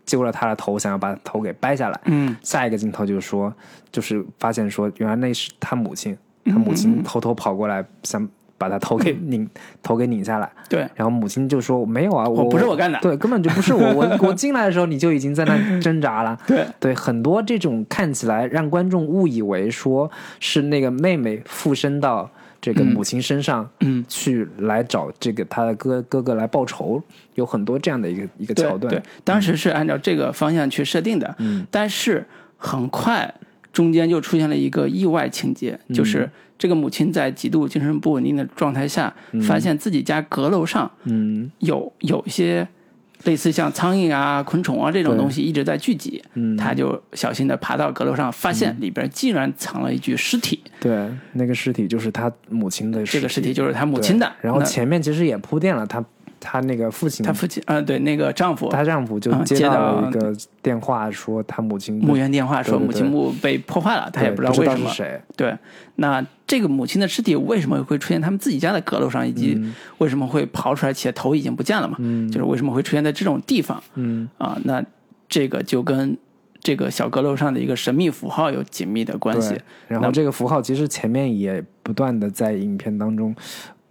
S2: 揪了他的头，想要把头给掰下来。
S1: 嗯
S2: 下一个镜头就是说，就是发现说，原来那是他母亲，
S1: 嗯
S2: 他母亲偷偷跑过来想把他头 给拧、头给拧下来。
S1: 嗯，对，
S2: 然后母亲就说：“没有啊，
S1: 我
S2: 我
S1: 哦不是我干的
S2: 对，根本就不是我，我我进来的时候你就已经在那挣扎了。
S1: 对
S2: 对，很多这种看起来让观众误以为说是那个妹妹附身到这个母亲身上，
S1: 嗯
S2: 去来找这个她的哥哥哥来报仇，有很多这样的一个一个
S1: 对
S2: 桥段。
S1: 对，当时是按照这个方向去设定的，
S2: 嗯
S1: 但是很快中间就出现了一个意外情节，
S2: 嗯
S1: 就是这个母亲在极度精神不稳定的状态下，发现自己家阁楼上
S2: 嗯
S1: 有有一些。类似像苍蝇啊、昆虫啊这种东西一直在聚集，
S2: 嗯，
S1: 她就小心的爬到阁楼上，发现里边竟然藏了一具尸体，
S2: 对那个尸体就是她母亲的
S1: 这个尸
S2: 尸
S1: 体
S2: 体
S1: 就是她母
S2: 对
S1: 亲的。
S2: 然后
S1: 那
S2: 前面其实也铺垫了她她那个父亲
S1: 她父亲，呃，对，那个丈夫
S2: 她丈夫就
S1: 啊接
S2: 接到
S1: 到
S2: 了一个电话，说她母亲
S1: 墓园电话说
S2: 对对
S1: 母亲
S2: 对
S1: 墓被破坏了，她也
S2: 对不
S1: 不知道为什
S2: 是
S1: 么，
S2: 谁。
S1: 对，那这个母亲的尸体为什么会出现他们自己家的阁楼上，以及
S2: 嗯
S1: 为什么会刨出来且头已经不见了嘛？就是为什么会出现在这种地方
S2: 嗯，
S1: 啊？那这个就跟这个小阁楼上的一个神秘符号有紧密的关系
S2: 对。。然
S1: 那
S2: 后这个符号其实前面也不断的在影片当中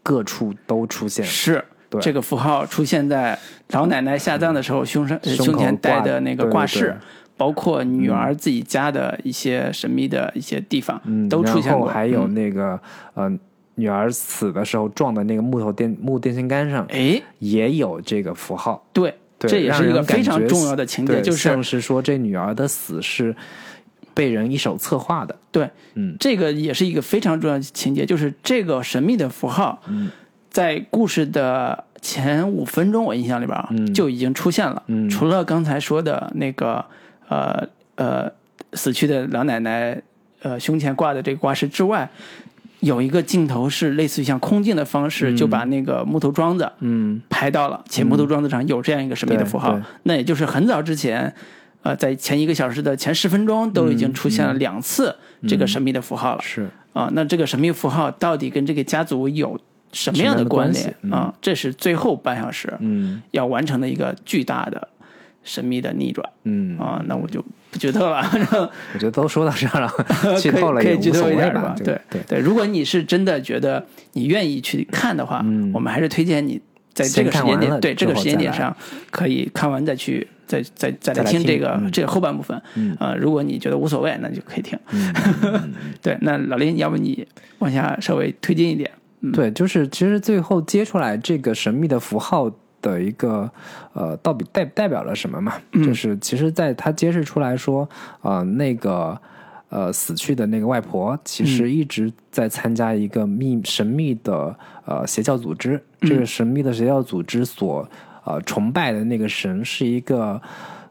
S2: 各处都出现，
S1: 是
S2: 对
S1: 这个符号出现在老奶奶下葬的时候胸上、呃
S2: 胸
S1: 胸
S2: 口
S1: 前戴
S2: 挂
S1: 的那个
S2: 对
S1: 挂
S2: 对
S1: 饰，
S2: 对嗯
S1: 包括女儿自己家的一些神秘的一些地方，
S2: 嗯，
S1: 都出现
S2: 然后
S1: 过。
S2: 还有
S1: 嗯
S2: 那个、呃女儿死的时候撞的那个木头电木电线杆上
S1: 哎，
S2: 也有这个符号，
S1: 对，
S2: 对，
S1: 这也
S2: 让
S1: 是一
S2: 人
S1: 个非
S2: 感
S1: 常
S2: 觉
S1: 重要的情节，
S2: 对
S1: 就是
S2: 像是说这女儿的死是被人一手策划的，
S1: 对，
S2: 嗯
S1: 这个也是一个非常重要的情节，就是这个神秘的符号，
S2: 嗯
S1: 在故事的前五分钟，我印象里边啊、就已经出现了。
S2: 嗯
S1: 除了刚才说的那个呃呃死去的老奶奶呃胸前挂的这个挂饰之外，有一个镜头是类似于像空镜的方式，就把那个木头桩子
S2: 嗯，
S1: 拍到了，且木头桩子上有这样一个神秘的符号，
S2: 对对
S1: 那也就是很早之前，呃，在前一个小时的前十分钟都已经出
S2: 嗯
S1: 现了两次这个神秘的符号了
S2: 是
S1: 啊、那这个神秘符号到底跟这个家族有什么样的关联
S2: 什
S1: 啊
S2: 么、样的关系嗯
S1: 这是最后半小时
S2: 嗯
S1: 要完成的一个巨大的神秘的逆转
S2: 嗯，
S1: 啊、那我就不剧透了，反正
S2: 我觉得都说到这儿了，
S1: 可
S2: 剧
S1: 以
S2: 透了
S1: 呃可
S2: 也
S1: 以
S2: 无
S1: 剧
S2: 所
S1: 透一
S2: 谓
S1: 点
S2: 吧
S1: 吧？，
S2: 这
S1: 对
S2: 个对。
S1: 对，如果你是真的觉得你愿意去看的话，我们还是推荐你在这个时
S2: 嗯先看
S1: 间
S2: 完
S1: 点，
S2: 了
S1: 对这
S2: 之
S1: 个
S2: 后
S1: 时间
S2: 再
S1: 点
S2: 来
S1: 上可以看完再去再再再来
S2: 再来
S1: 听这
S2: 听
S1: 个
S2: 嗯嗯
S1: 这个后半部分。呃，如果你觉得无所谓，那你就可以听。 对，那老林，要不你往下稍微推进一点？
S2: 对，就是其实最后接出来这个神秘的符号的一个呃，到底代代表了什么嘛？
S1: 嗯
S2: 就是其实，在他揭示出来说，呃，那个呃死去的那个外婆，其
S1: 嗯
S2: 实一直在参加一个秘神秘的呃邪教组织，这
S1: 嗯
S2: 个神秘的邪教组织所呃崇拜的那个神是一个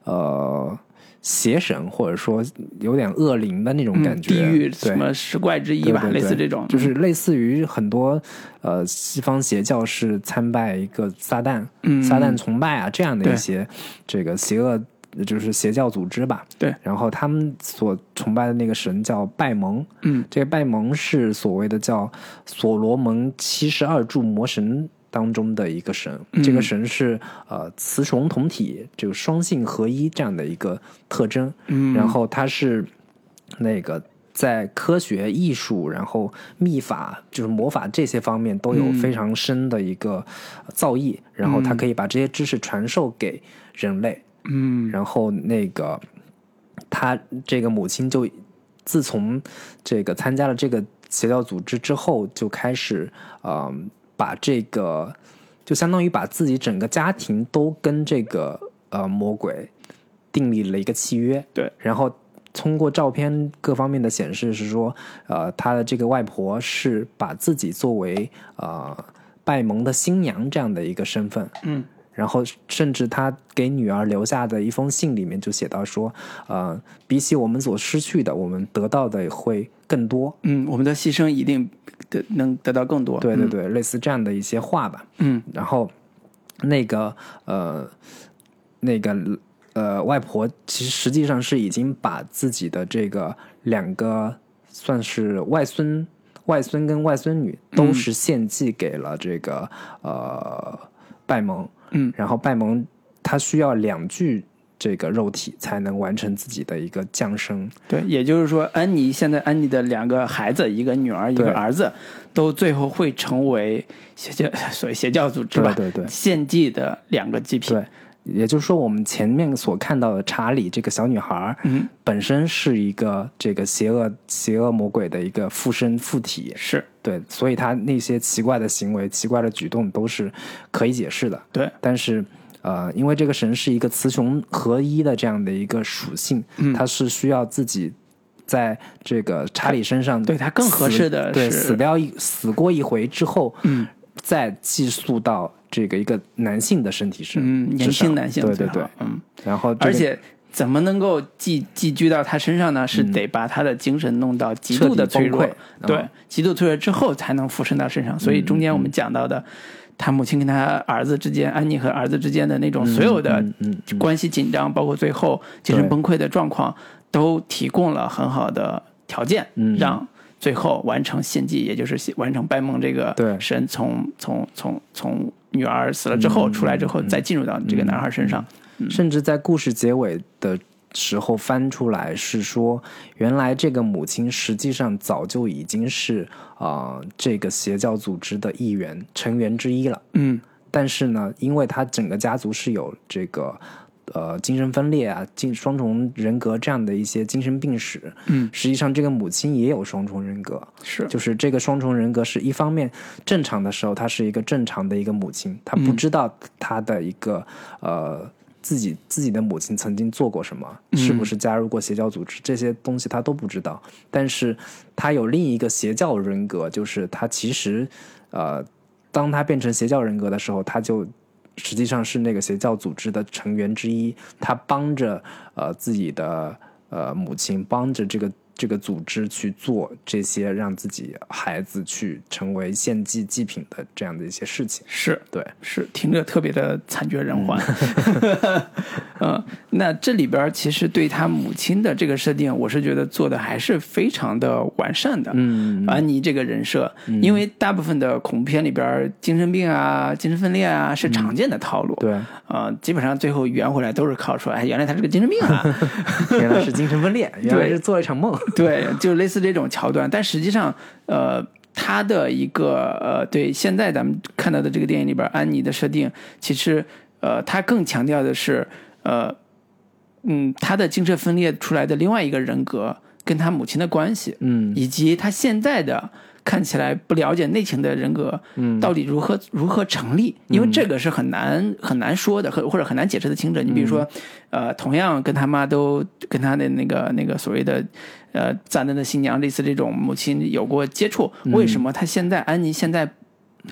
S2: 呃。邪神，或者说有点恶灵的那种感觉，
S1: 嗯地狱
S2: 对
S1: 什么十怪之一
S2: 对
S1: 吧，
S2: 对
S1: 类似
S2: 对
S1: 这种，嗯
S2: 就是类似于很多呃西方邪教是参拜一个撒旦、
S1: 嗯
S2: 撒旦崇拜啊这样的
S1: 对
S2: 一些这个邪恶就是邪教组织吧。
S1: 对
S2: 然后他们所崇拜的那个神叫拜蒙，
S1: 嗯
S2: 这个拜蒙是所谓的叫所罗门七十二柱魔神当中的一个神，
S1: 嗯
S2: 这个神是呃雌雄同体，这个双性合一这样的一个特征。
S1: 嗯，
S2: 然后它是那个在科学、艺术，然后秘法，就是魔法这些方面都
S1: 嗯
S2: 有非常深的一个造诣，然后他可以把这些知识传授给人类。
S1: 嗯
S2: 然后那个他这个母亲就自从这个参加了这个邪教组织之后，就开始呃把这个就相当于把自己整个家庭都跟这个呃魔鬼订立了一个契约，
S1: 对，
S2: 然后。通过照片各方面的显示是说，呃，他的这个外婆是把自己作为呃拜蒙的新娘这样的一个身份，
S1: 嗯
S2: 然后甚至他给女儿留下的一封信里面就写到说，呃，比起我们所失去的，我们得到的会更多。
S1: 嗯，我们的牺牲一定得能得到更多。
S2: 对对对，类似这样的一些话吧。
S1: 嗯，
S2: 然后那个呃，那个呃，外婆其实实际上是已经把自己的这个两个算是外孙、外孙跟外孙女都是献祭给了这个、呃拜蒙。
S1: 嗯，
S2: 然后拜蒙他需要两具这个肉体才能完成自己的一个降生。
S1: 对，也就是说，安妮现在安妮的两个孩子，一个女儿，一个
S2: 对
S1: 儿子，都最后会成为邪教， 所谓邪教组织吧，
S2: 对对对
S1: 献祭的两个祭品。
S2: 对，也就是说，我们前面所看到的查理这个小女孩，
S1: 嗯，
S2: 本身是一个这个邪恶邪恶魔鬼的一个附身附体，
S1: 是，
S2: 对，所以她那些奇怪的行为、奇怪的举动都是可以解释的。
S1: 对，
S2: 但是呃，因为这个神是一个雌雄合一的这样的一个属性，
S1: 嗯
S2: 它是需要自己。在这个查理身上，
S1: 对它更合
S2: 死
S1: 适的
S2: 对
S1: 是
S2: 死掉一死过一回之后，
S1: 嗯，
S2: 再寄宿到这个一个男性的身体上，
S1: 嗯，年
S2: 之上
S1: 轻男性
S2: 对
S1: 最
S2: 对
S1: 好，
S2: 对，
S1: 嗯，
S2: 然后这个
S1: 而且。怎么能够寄寄居到他身上呢？是得把他的精神弄到极度的脆弱，
S2: 嗯彻底崩溃
S1: 对
S2: 嗯，
S1: 极度脆弱之后才能附身到身上。所以中间我们讲到的，他母亲跟他儿子之间，安妮和儿子之间的那种所有的
S2: 嗯嗯嗯
S1: 关系紧张，包括最后精神
S2: 对
S1: 崩溃的状况，都提供了很好的条件，
S2: 嗯
S1: 让最后完成献祭，也就是献完成拜梦这个
S2: 对
S1: 神从从从从女儿死了之
S2: 嗯
S1: 后出来之后，再进入到这个男孩身上。
S2: 甚至在故事结尾的时候翻出来是说，原来这个母亲实际上早就已经是啊、呃这个邪教组织的一员成员之一了。
S1: 嗯
S2: 但是呢，因为她整个家族是有这个呃精神分裂啊、精双重人格这样的一些精神病史，
S1: 嗯，
S2: 实际上这个母亲也有双重人格，
S1: 是，
S2: 就是这个双重人格是一方面正常的时候，她是一个正常的一个母亲，她不知道她的一个、呃自己自己的母亲曾经做过什么，是不是加入过邪教组织，这些东西她都不知道。但是她有另一个邪教人格，就是她其实呃，当她变成邪教人格的时候，她就。实际上是那个邪教组织的成员之一，她帮着呃自己的呃母亲帮着这个这个组织去做这些让自己孩子去成为献祭祭品的这样的一些事情。
S1: 是
S2: 对，
S1: 是，听着特别的惨绝人寰。 嗯，那这里边儿其实对他母亲的这个设定，我是觉得做的还是非常的完善的。
S2: 嗯
S1: 安妮这个人设，因为大部分的恐怖片里边儿，精神病啊、精神分裂啊是常见的套路。
S2: 嗯对，
S1: 呃，基本上最后圆回来都是靠说，哎，原来他是个精神病啊。
S2: 原来是精神分裂，原来是做了一场梦。
S1: 对，就类似这种桥段，但实际上，呃，他的一个呃，对现在咱们看到的这个电影里边，安妮的设定，其实呃，他更强调的是，呃，嗯，他的精神分裂出来的另外一个人格跟他母亲的关系，
S2: 嗯
S1: 以及他现在的看起来不了解内情的人格，嗯，到底如何如何成立？因为这个是很难很难说的，很或者很难解释的清楚。你比如说，呃，同样跟他妈都跟他的那个那个所谓的呃赞恩的新娘类似这种母亲有过接触，为什么他现在安妮现在？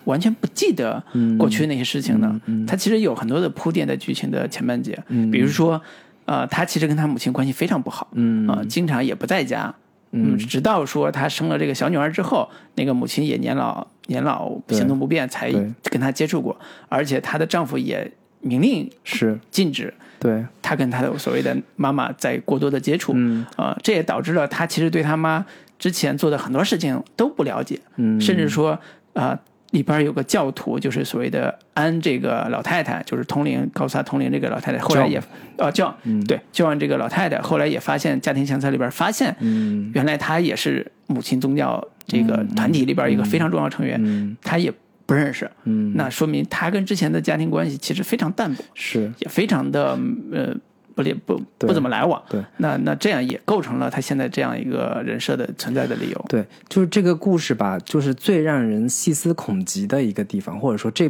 S1: 完全不记得
S2: 嗯
S1: 过去那些事情呢？他其实有很多的铺垫在剧情的前半节，比如说，呃，他其实跟他母亲关系非常不好，
S2: 嗯
S1: 啊、经常也不在家。嗯，直到说他生了这个小女儿之后，那个母亲也年老年老，
S2: 对
S1: 行动不便，才
S2: 对
S1: 跟他接触过，而且她的丈夫也明令
S2: 是
S1: 禁止
S2: 对，
S1: 他跟他的所谓的妈妈在过多的接触，
S2: 嗯
S1: 啊、这也导致了他其实对他妈之前做的很多事情都不了解，
S2: 嗯，
S1: 甚至说啊、里边有个教徒，就是所谓的安这个老太太，就是通灵告诉他通灵这个老太太，后来也啊叫、
S2: 嗯
S1: 对叫安这个老太太，后来也发现家庭相册里边发现，
S2: 嗯
S1: 原来她也是母亲宗教这个团体里边一个非常重要成员，
S2: 嗯
S1: 她也不认识，
S2: 嗯，
S1: 那说明她跟之前的家庭关系其实非常淡薄。
S2: 是
S1: 也非常的呃不联不
S2: 对
S1: 不怎么来往。
S2: 对
S1: 那那这样也构成了他现在这样一个人设的存在的理由。
S2: 对，就是这个故事吧，就是最让人细思恐极的一个地方，或者说这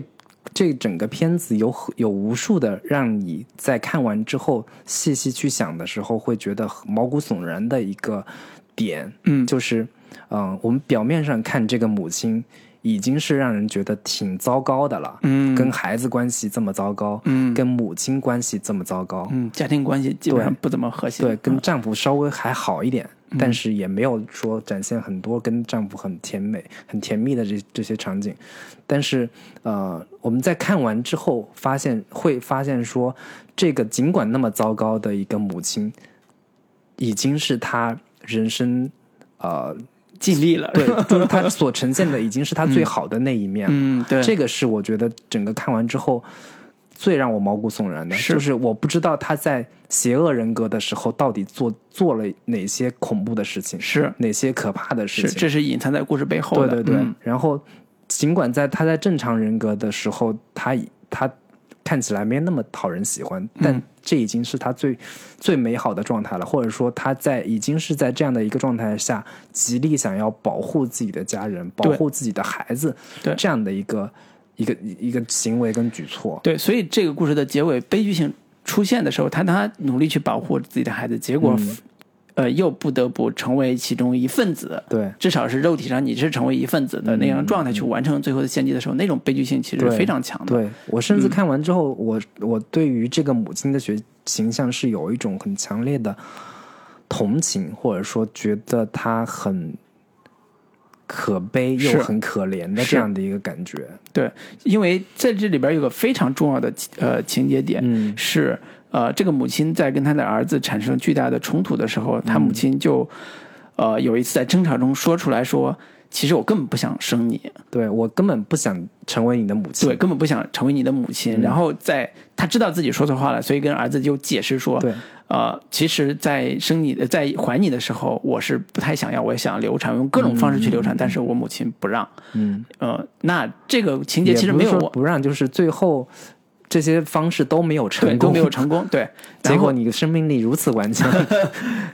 S2: 这整个片子有很有无数的让你在看完之后细细去想的时候，会觉得毛骨悚然的一个点，
S1: 嗯
S2: 就是嗯、呃我们表面上看这个母亲已经是让人觉得挺糟糕的了，
S1: 嗯
S2: 跟孩子关系这么糟糕，
S1: 嗯
S2: 跟母亲关系这么糟糕，
S1: 嗯，家庭关系基本上不怎么和谐。嗯
S2: 对，跟丈夫稍微还好一点，但是也没有说展现很多跟丈夫很甜美、很甜蜜的这这些场景。但是，呃，我们在看完之后发现，会发现说，这个尽管那么糟糕的一个母亲，已经是她人生，呃，
S1: 尽力了。
S2: 对，就是她所呈现的已经是她最好的那一面了。
S1: 嗯，对，
S2: 这个是我觉得整个看完之后最让我毛骨悚然的，
S1: 是
S2: 就是我不知道他在邪恶人格的时候到底做做了哪些恐怖的事情，
S1: 是
S2: 哪些可怕的事
S1: 是
S2: 情。
S1: 这是隐藏在故事背后
S2: 对
S1: 的。
S2: 对对。
S1: 嗯
S2: 然后，尽管在他在正常人格的时候，他以他看起来没那么讨人喜欢，
S1: 嗯
S2: 但这已经是他最最美好的状态了，或者说他在已经是在这样的一个状态下，极力想要保护自己的家人，保
S1: 对
S2: 护自己的孩子，
S1: 对
S2: 这样的一个一个一个行为跟举措，
S1: 对，所以这个故事的结尾悲剧性出现的时候，他他努力去保护自己的孩子，结果、
S2: 嗯
S1: 呃又不得不成为其中一份子。
S2: 对
S1: 至少是肉体上你是成为一份子的那样状态去完成最后的献祭的时候，那种悲剧性其实是
S2: 嗯对
S1: 非常强的。
S2: 对我甚
S1: 嗯
S2: 至看完之后，我我对于这个母亲的学形象是有一种很强烈的同情，或者说觉得她很可悲
S1: 是
S2: 又很可怜的
S1: 是
S2: 这样的一个感觉。
S1: 对，因为在这里边有个非常重要的呃情节点、
S2: 嗯
S1: 是，呃，这个母亲在跟她的儿子产生巨大的冲突的时候，
S2: 嗯
S1: 她母亲就，呃，有一次在争吵中说出来说，其实我根本不想生你，
S2: 对我根本不想成为你的母亲。
S1: 对，根本不想成为你的母
S2: 嗯
S1: 亲。然后在她知道自己说错话了，所以跟儿子就解释说，
S2: 对
S1: 呃，其实，在生你的在怀你的时候，我是不太想要，我也想流产，用各种方式去流产，但是我母亲不让。
S2: 嗯，
S1: 呃，那这个情节
S2: 也
S1: 其实
S2: 不
S1: 没
S2: 是
S1: 有
S2: 说
S1: 我。
S2: 不让，就是最后这些方式都没有成
S1: 对，
S2: 功，
S1: 都没有成功。 对，然
S2: 结
S1: 后
S2: 果你的生命力如此 顽强，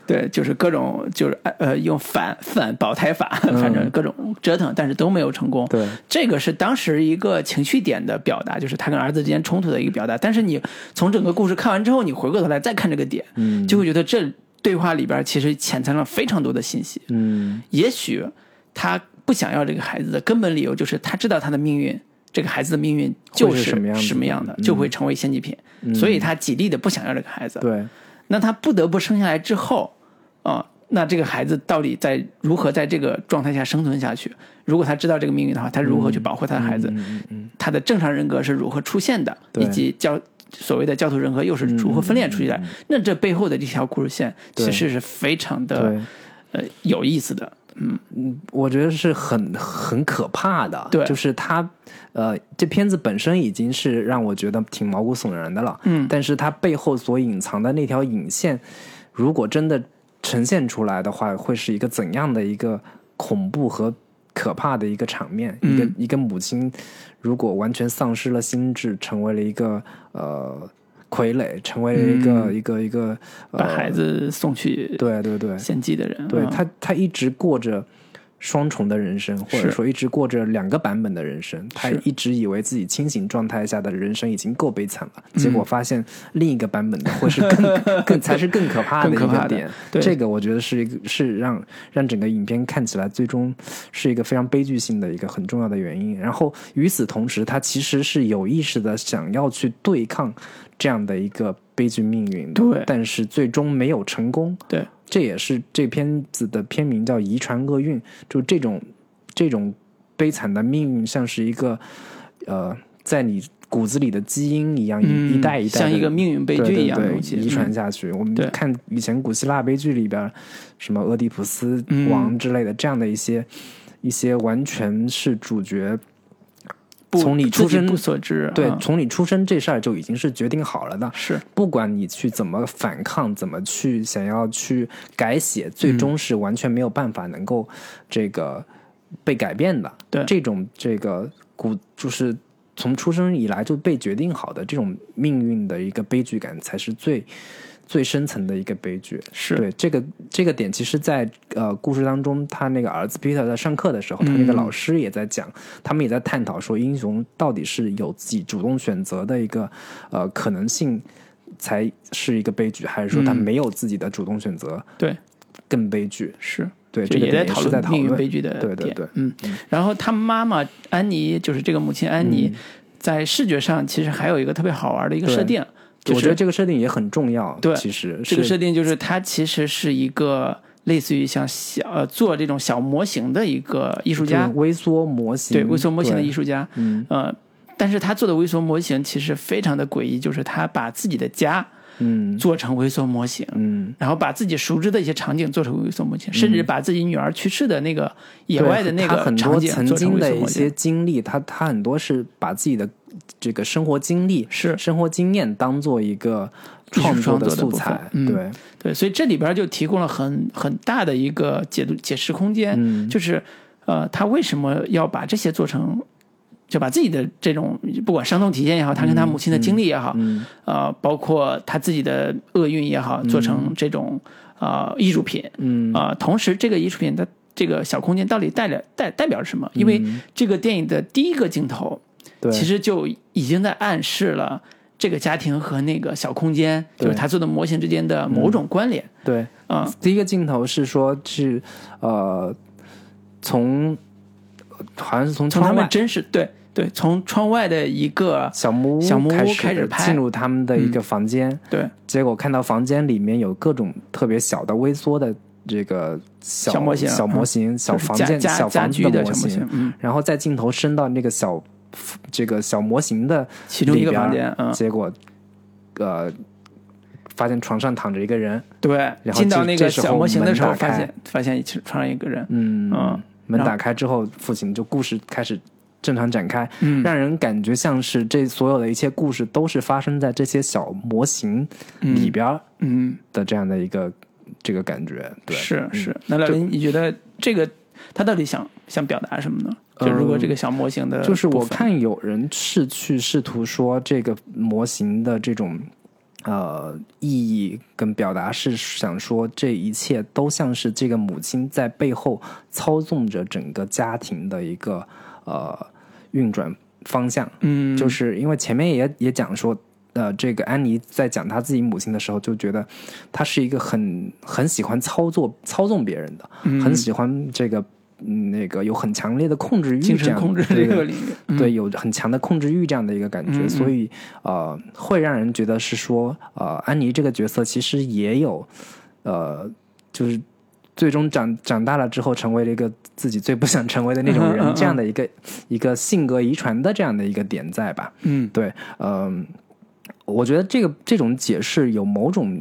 S1: 对，就是各种就是呃用反反保胎法，反正各种折腾，但是都没有成功。
S2: 嗯对，
S1: 这个是当时一个情绪点的表达，就是他跟儿子之间冲突的一个表达。但是你从整个故事看完之后，你回过头来再看这个点，
S2: 嗯
S1: 就会觉得这对话里边其实潜藏了非常多的信息。
S2: 嗯
S1: 也许他不想要这个孩子的根本理由就是他知道他的命运，这个孩子的命运就
S2: 会
S1: 是
S2: 是什么样的嗯
S1: 什么样的，就会成为献祭品，所以他极力的不想要这个孩子。
S2: 对
S1: 那他不得不生下来之后，啊、那这个孩子到底在如何在这个状态下生存下去？如果他知道这个命运的话，他如何去保护他的孩
S2: 嗯
S1: 子？他的正常人格是如何出现的，
S2: 对嗯
S1: 以及教所谓的教徒人格又是如何分裂出去的？那这背后的这条故事线
S2: 对
S1: 其实是非常的
S2: 对。
S1: 呃有意思的。嗯
S2: 我觉得是很很可怕的，
S1: 对
S2: 就是它，呃，这片子本身已经是让我觉得挺毛骨悚然的了，
S1: 嗯
S2: 但是它背后所隐藏的那条引线，如果真的呈现出来的话，会是一个怎样的一个恐怖和可怕的一个场面？一个
S1: 嗯
S2: 一个母亲如果完全丧失了心智，成为了一个呃傀儡，成为了一个、
S1: 嗯
S2: 一个一个
S1: 把
S2: 呃，
S1: 孩子送去
S2: 对对对，
S1: 献祭的人，
S2: 对
S1: 嗯
S2: 他，他一直过着双重的人生，或者
S1: 是
S2: 说一直过着两个版本的人生。他
S1: 是
S2: 一直以为自己清醒状态下的人生已经够悲惨了，结
S1: 嗯
S2: 果发现另一个版本的会是 更更才是更可怕的一
S1: 更可怕的
S2: 个点。
S1: 对
S2: 这个我觉得是一个是让让整个影片看起来最终是一个非常悲剧性的一个很重要的原因。然后与此同时，他其实是有意识的想要去对抗这样的一个悲剧命运的，
S1: 对
S2: 但是最终没有成功。
S1: 对
S2: 这也是这片子的片名叫《遗传厄运》，就这种这种悲惨的命运，像是一个呃在你骨子里的基因一样，一一代一代
S1: 嗯像
S2: 地
S1: 一个命运悲
S2: 对
S1: 剧
S2: 对
S1: 一样的
S2: 对
S1: 东西，
S2: 遗传
S1: 嗯
S2: 下去。我们
S1: 对
S2: 看以前古希腊悲剧里边，什么俄狄浦斯
S1: 嗯
S2: 王之类的，这样的一些一些完全是主角
S1: 不
S2: 从你
S1: 自
S2: 出
S1: 己
S2: 生
S1: 不所知，
S2: 对，
S1: 嗯
S2: 从你出生这事儿就已经是决定好了的。
S1: 是
S2: 不管你去怎么反抗，怎么去想要去改写，最终是完全没有办法能够这个被改变的。
S1: 对
S2: 这种这个古就是从出生以来就被决定好的这种命运的一个悲剧感，才是最最深层的一个悲剧。
S1: 是，
S2: 对这个这个点，其实在，呃故事当中，他那个儿子 Peter 在上课的时候，他那个
S1: 嗯
S2: 老师也在讲，他们也在探讨说，英雄到底是有自己主动选择的一个呃可能性，才是一个悲剧，还是说他
S1: 嗯
S2: 没有自己的主动选择
S1: 对，
S2: 更悲剧？
S1: 是。
S2: 对，
S1: 就
S2: 这个
S1: 也在
S2: 点也
S1: 讨
S2: 是在
S1: 论
S2: 讨
S1: 命运
S2: 论。
S1: 悲剧的点，
S2: 对对对
S1: 嗯。然后他妈妈安妮，就是这个母亲安
S2: 嗯
S1: 妮，在视觉上其实还有一个特别好玩的一个
S2: 对
S1: 设定，就
S2: 我觉得
S1: 是
S2: 这个设定也很重要。
S1: 对
S2: 其实
S1: 这个
S2: 是
S1: 设定就是它其实是一个类似于像小呃做这种小模型的一个艺术家
S2: 就是，微缩模型，
S1: 对微缩模型的艺
S2: 术，
S1: 术家，
S2: 嗯
S1: 呃，但是他做的微缩模型其实非常的诡异，就是他把自己的家
S2: 嗯
S1: 做成微缩模型，
S2: 嗯，
S1: 然后把自己熟知的一些场景做成微缩模型，甚至把自己女儿去世的那个野外的那
S2: 对他
S1: 个
S2: 很
S1: 场
S2: 多
S1: 景
S2: 曾
S1: 做成
S2: 经
S1: 微缩
S2: 的一
S1: 模
S2: 些
S1: 型，
S2: 经历，他他很多是把自己的这个生活经历、
S1: 是
S2: 生活经验当做一个
S1: 艺术
S2: 创作
S1: 创作的
S2: 素
S1: 部分
S2: 材，
S1: 嗯
S2: 对，
S1: 对，所以这里边就提供了很很大的一个解读解释空间，
S2: 嗯
S1: 就是呃，他为什么要把这些做成？就把自己的这种不管伤痛体验也好，他跟他母亲的经历也好，
S2: 嗯
S1: 呃，包括他自己的厄运也好，做成这种呃艺术品，
S2: 嗯
S1: 啊、同时这个艺术品的这个小空间到底代表代代表着什么？因为
S2: 嗯
S1: 这个电影的第一个镜头
S2: 对，
S1: 其实就已经在暗示了这个家庭和那个小空间，
S2: 对
S1: 就是他做的模型之间的某种关联。
S2: 对，
S1: 嗯，
S2: 第一个镜头是说是呃从好像是从
S1: 从他
S2: 窗
S1: 们
S2: 外。
S1: 真实对对，从窗外的一个
S2: 小木屋
S1: 小木屋
S2: 开始
S1: 开始拍嗯
S2: 进入他们的一个房间，
S1: 对
S2: 结果看到房间里面有各种特别小的微缩的这个小
S1: 小模型嗯
S2: 小模型、小
S1: 就是
S2: 房
S1: 家
S2: 间、
S1: 家
S2: 小
S1: 家
S2: 房
S1: 居
S2: 子
S1: 的
S2: 模
S1: 小模型，嗯，
S2: 然后再镜头伸到那个小这个小模型的
S1: 其中一个
S2: 里边
S1: 房间，嗯，
S2: 结果呃发现床上躺着一个人，
S1: 对，
S2: 后
S1: 进到
S2: 这
S1: 那个
S2: 这时候
S1: 小模型的时候，
S2: 门打
S1: 发
S2: 开
S1: 现发现是床上一个人，
S2: 嗯
S1: 嗯然
S2: 门
S1: 后
S2: 打开之后，父亲就故事开始正常展开，
S1: 嗯
S2: 让人感觉像是这所有的一切故事都是发生在这些小模型里边儿
S1: 嗯。
S2: 的这样的一个、这个感觉，对，
S1: 是
S2: 嗯
S1: 是，那老林，你觉得这个他到底想想表达什么呢？就如果这个小模型的部分，
S2: 嗯就是我看有人是去试图说这个模型的这种呃意义跟表达是想说这一切都像是这个母亲在背后操纵着整个家庭的一个呃运转方向，
S1: 嗯，
S2: 就是因为前面也也讲说。呃，这个安妮在讲她自己母亲的时候，就觉得她是一个很很喜欢操作操纵别人的，
S1: 嗯
S2: 很喜欢这个嗯那个有很强烈的控制欲
S1: 精
S2: 这样
S1: 神
S2: 的，
S1: 控制
S2: 对
S1: 这
S2: 对
S1: 个领域，嗯
S2: 对，有很强的控制欲这样的一个感觉，
S1: 嗯嗯
S2: 所以呃，会让人觉得是说，呃，安妮这个角色其实也有，呃，就是最终长长大了之后，成为了一个自己最不想成为的那种人，
S1: 嗯嗯嗯
S2: 这样的一个一个性格遗传的这样的一个点在吧？
S1: 嗯，
S2: 对，嗯、我觉得这个这种解释有某种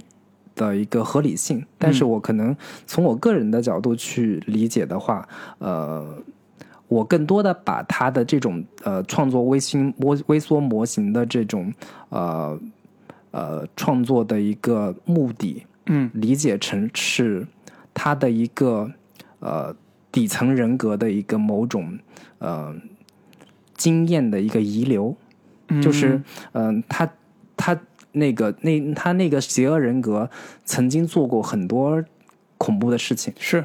S2: 的一个合理性，但
S1: 嗯
S2: 是我可能从我个人的角度去理解的话，呃，我更多的把他的这种呃创作微星微微缩模型的这种呃呃创作的一个目的，
S1: 嗯，
S2: 理解成是他的一个呃底层人格的一个某种呃经验的一个遗留，就是嗯、他他那个那他那个邪恶人格曾经做过很多恐怖的事情，
S1: 是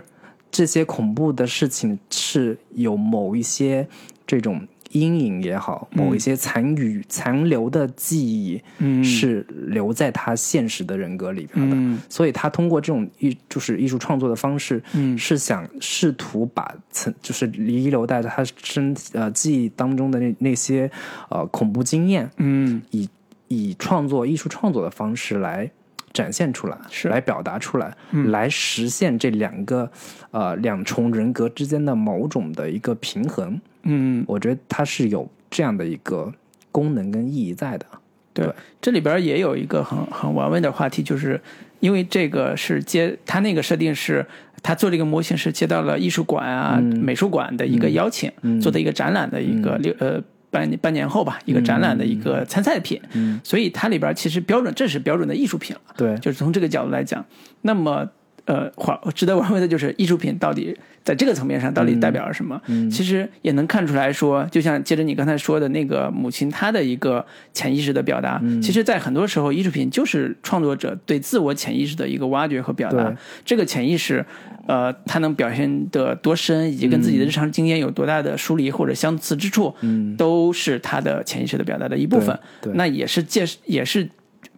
S2: 这些恐怖的事情是有某一些这种阴影也好，
S1: 嗯
S2: 某一些残余残留的记忆，
S1: 嗯
S2: 是留在他现实的人格里边的。
S1: 嗯
S2: 所以他通过这种艺就是艺术创作的方式，
S1: 嗯
S2: 是想试图把曾就是遗留在他身呃记忆当中的那那些呃恐怖经验，
S1: 嗯
S2: 以以创作艺术创作的方式来展现出来，
S1: 是嗯
S2: 来表达出来，来实现这两个呃两重人格之间的某种的一个平衡。
S1: 嗯
S2: 我觉得它是有这样的一个功能跟意义在的。对
S1: 这里边也有一个很很玩味的话题，就是因为这个是接他那个设定是，他做这个模型是接到了艺术馆啊、美术馆的一个邀请，做的一个展览的一个六、呃半半年后吧，一个展览的一个参赛品，所以它里边其实标准这是标准的艺术品了，
S2: 对
S1: 就是从这个角度来讲，那么。呃，话值得玩味的就是艺术品到底在这个层面上到底
S2: 嗯
S1: 代表了什么？其实也能看出来说，就像接着你刚才说的那个母亲她的一个潜意识的表达，
S2: 嗯
S1: 其实，在很多时候，艺术品就是创作者对自我潜意识的一个挖掘和表达
S2: 对。
S1: 这个潜意识，呃，它能表现的多深，以及跟自
S2: 嗯
S1: 己的日常经验有多大的疏离或者相似之处，都是他的潜意识的表达的一部分。
S2: 对对
S1: 那也是解释，也是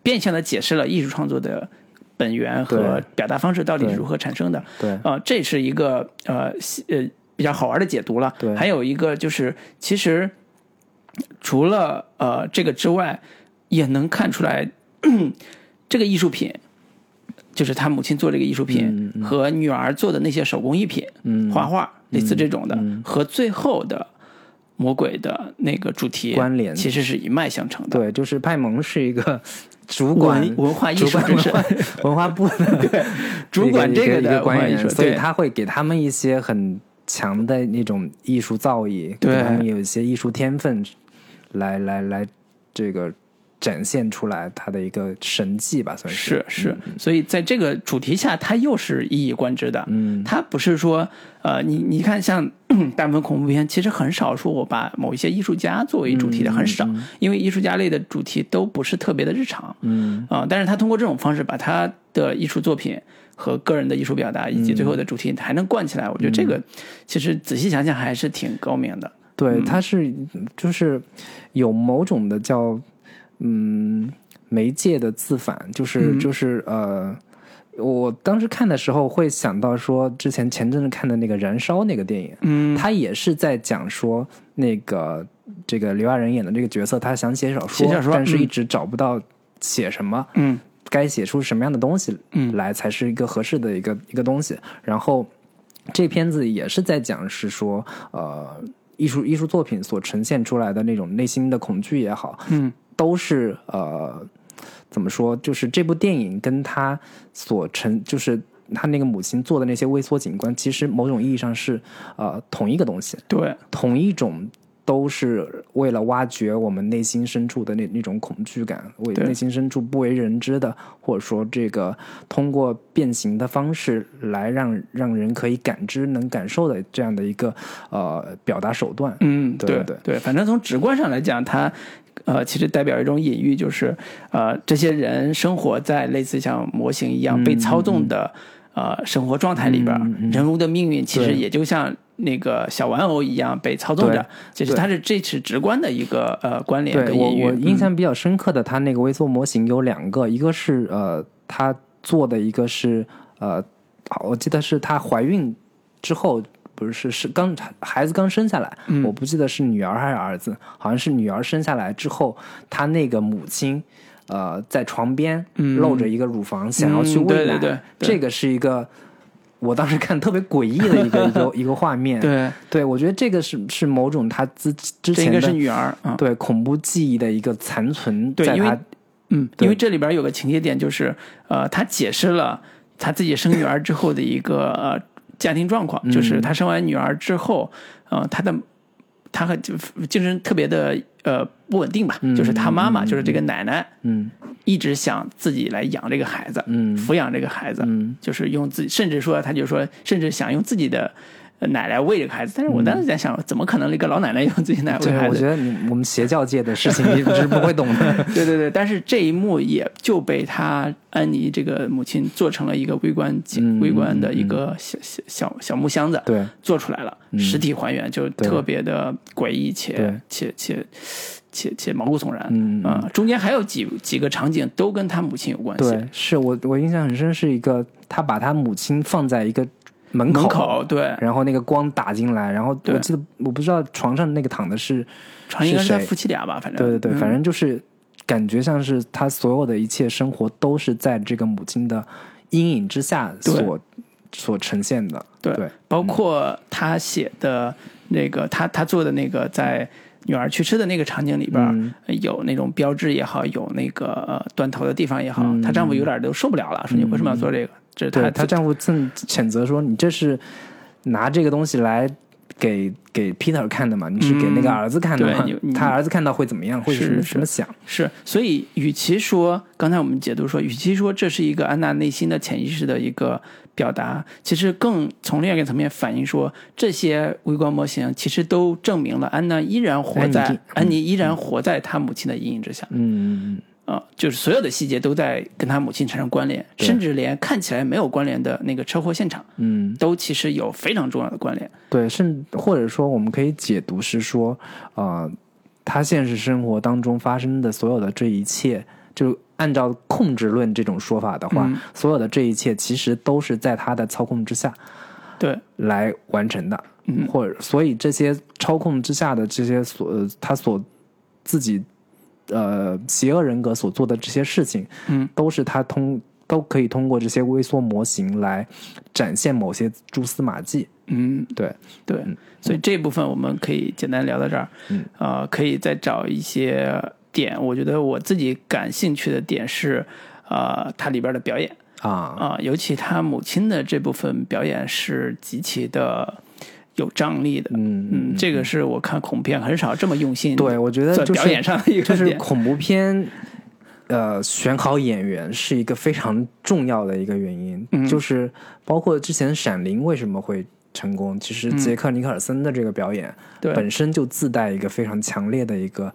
S1: 变相的解释了艺术创作的本源和
S2: 对
S1: 表达方式到底是如何产生的。
S2: 对
S1: 呃，这是一个呃西呃比较好玩的解读了。
S2: 对
S1: 还有一个就是，其实除了呃这个之外，也能看出来 这个艺术品。就是他母亲做这个艺术品和女儿做的那些手工艺品，
S2: 嗯
S1: 画画类似这种的，和最后的魔鬼的那个主题
S2: 关联
S1: 其实是一脉相承的。
S2: 对，就是派蒙是一个主管
S1: 文文化艺
S2: 主
S1: 术
S2: 管
S1: 真
S2: 文
S1: 是
S2: 化文化部的
S1: 主
S2: 一个
S1: 管
S2: 一
S1: 这
S2: 个一
S1: 的
S2: 个
S1: 文化
S2: 官
S1: 艺术，
S2: 员，所以
S1: 对
S2: 他会给他们一些很强的那种艺术造诣，
S1: 对
S2: 给他们有一些艺术天分，来来来，这个展现出来他的一个神迹吧，算
S1: 是是，
S2: 嗯
S1: 所以在这个主题下，它又是一以贯之的。
S2: 嗯，
S1: 它不是说，呃，你你看像 大部分恐怖片，其实很少说我把某一些艺术家作为主题
S2: 嗯
S1: 的，很少，因为艺术家类的主题都不是特别的日常。
S2: 嗯
S1: 啊、但是他通过这种方式把他的艺术作品和个人的艺术表达以及最后
S2: 嗯
S1: 的主题还能贯起来，我觉得这个其实仔细想想还是挺高明的。
S2: 对，它是就是有某种的叫嗯媒介的自反，就是、
S1: 嗯
S2: 就是呃。我当时看的时候会想到说，之前前阵子看的那个《燃烧》那个电影，
S1: 嗯，
S2: 他也是在讲说那个这个刘亚仁演的这个角色，他想写小
S1: 写
S2: 说，
S1: 小说
S2: 但是
S1: 嗯
S2: 一直找不到写什么，
S1: 嗯
S2: 该写出什么样的东西
S1: 嗯
S2: 来才是一个合适的一个一个东西。然后这片子也是在讲是说，呃，艺术艺术作品所呈现出来的那种内心的恐惧也好，
S1: 嗯，
S2: 都是呃，怎么说？就是这部电影跟他所呈，就是他那个母亲做的那些微缩景观，其实某种意义上是呃同一个东西，
S1: 对，
S2: 同一种。都是为了挖掘我们内心深处的那那种恐惧感，为
S1: 对
S2: 内心深处不为人知的，或者说这个通过变形的方式来让让人可以感知、能感受的这样的一个呃表达手段。
S1: 嗯，
S2: 对
S1: 对
S2: 对
S1: 反正从直观上来讲，它呃其实代表一种隐喻，就是呃这些人生活在类似像模型一样被
S2: 嗯
S1: 操纵的、呃生活状态里边儿，人物的命运其实
S2: 对
S1: 也就像。那个小玩偶一样被操纵着
S2: 对，
S1: 其实
S2: 对
S1: 它是这是直观的一个呃关联
S2: 对
S1: 跟
S2: 我
S1: 隐喻。
S2: 我印
S1: 嗯
S2: 象比较深刻的，他那个微缩模型有两个，一个是呃他做的一个是呃，好我记得是她怀孕之后。不是是是刚孩子刚生下来，
S1: 嗯
S2: 我不记得是女儿还是儿子，好像是女儿生下来之后，她那个母亲，呃，在床边露着一个乳房，想要去
S1: 嗯对
S2: 喂奶，
S1: 对对对
S2: 这个是一个我当时看特别诡异的一个一个一个画面。
S1: 对，
S2: 对，我觉得这个是是某种她之之
S1: 嗯这应
S2: 前的
S1: 该是女儿啊。
S2: 对恐怖记忆的一个残存，
S1: 对
S2: 在
S1: 因为
S2: 他
S1: 嗯，
S2: 对
S1: 因为这里边有个情节点，就是呃，他解释了他自己生女儿之后的一个呃家庭状
S2: 嗯
S1: 况，就是他生完女儿之后，呃，他的他和就精神特别的呃不稳定吧，就是他妈妈，就是这个奶奶，
S2: 嗯
S1: 一直想自己来养这个孩子，
S2: 嗯
S1: 抚养这个孩子，
S2: 嗯
S1: 就是用自己，甚至说他就说，甚至想用自己的。呃奶来喂这个孩子，但是我当时在想，怎么可能一个老奶奶用自己奶喂
S2: 嗯对，啊
S1: 孩
S2: 我
S1: 子
S2: 觉？得你我们邪教界的事情你是不会懂 的。
S1: 对对对，但是这一幕也就被他安妮这个母亲做成了一个微观景、
S2: 嗯
S1: 微观的一个小小小小木箱子，
S2: 对，嗯
S1: 做出来了，实体还原就特别的诡异且
S2: 对
S1: 且且且且毛骨悚然。
S2: 嗯
S1: 啊、中间还有几几个场景都跟他母亲有关系。
S2: 对，是我我印象很深，是一个他把他母亲放在一个门口，
S1: 门口对，
S2: 然后那个光打进来，然后
S1: 对
S2: 我记得我不知道床上那个躺的是，
S1: 传应该是他
S2: 谁
S1: 夫妻俩吧，反正
S2: 对对对，
S1: 嗯
S2: 反正就是感觉像是他所有的一切生活都是在这个母亲的阴影之下
S1: 对
S2: 所所呈现的。
S1: 对
S2: 对，
S1: 包括他写的那个，他他做的那个在女儿去世的那个场景里边儿，有那种标志也好，有那个呃断头的地方也好，她丈夫有点都受不了了，说你为什么要做这个？这是她
S2: 对她丈夫正谴责说：“你这是拿这个东西来给给 Peter 看的嘛？你是给那个儿子看的嘛
S1: 嗯对你？你
S2: 他儿子看到会怎么样？会
S1: 是
S2: 什么
S1: 是
S2: 什么想？
S1: 是，所以与其说刚才我们解读说，与其说这是一个安娜内心的潜意识的一个表达，其实更从另一个层面反映说，这些微观模型其实都证明了安娜依然活
S2: 安妮
S1: 在
S2: 这
S1: 安妮依然活在她母亲的阴影之下。
S2: 嗯，
S1: 啊，就是所有的细节都在跟他母亲产生关联，
S2: 对
S1: 甚至连看起来没有关联的那个车祸现场，
S2: 嗯，
S1: 都其实有非常重要的关联。
S2: 对，甚或者说我们可以解读是说，呃，他现实生活当中发生的所有的这一切，就按照控制论这种说法的话，
S1: 嗯
S2: 所有的这一切其实都是在他的操控之下
S1: 对，
S2: 来完成的，
S1: 嗯
S2: 或者所以这些操控之下的这些所、呃他所自己呃邪恶人格所做的这些事情，
S1: 嗯，
S2: 都是他通都可以通过这些微缩模型来展现某些蛛丝马迹，
S1: 嗯，
S2: 对，
S1: 对，所以这部分我们可以简单聊到这儿。
S2: 嗯，
S1: 呃，可以再找一些点，我觉得我自己感兴趣的点是，呃，它里边的表演
S2: 啊。
S1: 啊、尤其他母亲的这部分表演是极其的有张力的。
S2: 嗯
S1: 嗯，这个是我看恐怖片很少这么用心。
S2: 对，我觉得
S1: 在
S2: 就是
S1: 表演上的一个
S2: 就是
S1: 点
S2: 恐怖片，呃，选好演员是一个非常重要的一个原因，
S1: 嗯
S2: 就是包括之前《闪灵》为什么会成功，其实杰克尼克尔森的这个表演、
S1: 嗯对
S2: 本身就自带一个非常强烈的一个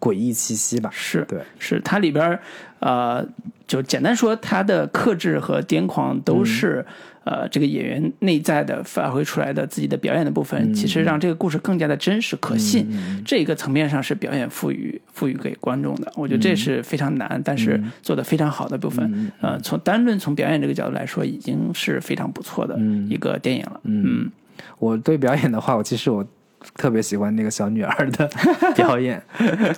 S2: 诡异气息吧，
S1: 是，
S2: 对，
S1: 是它里边儿呃，就简单说，它的克制和癫狂都是、呃这个演员内在的发挥出来的自己的表演的部分，其实让这个故事更加的真实可信。这个层面上是表演赋予赋予给观众的，我觉得这是非常难，但是做的非常好的部分。呃，从单论从表演这个角度来说，已经是非常不错的一个电影了。嗯
S2: 我对表演的话，我其实我特别喜欢那个小女儿 的表演，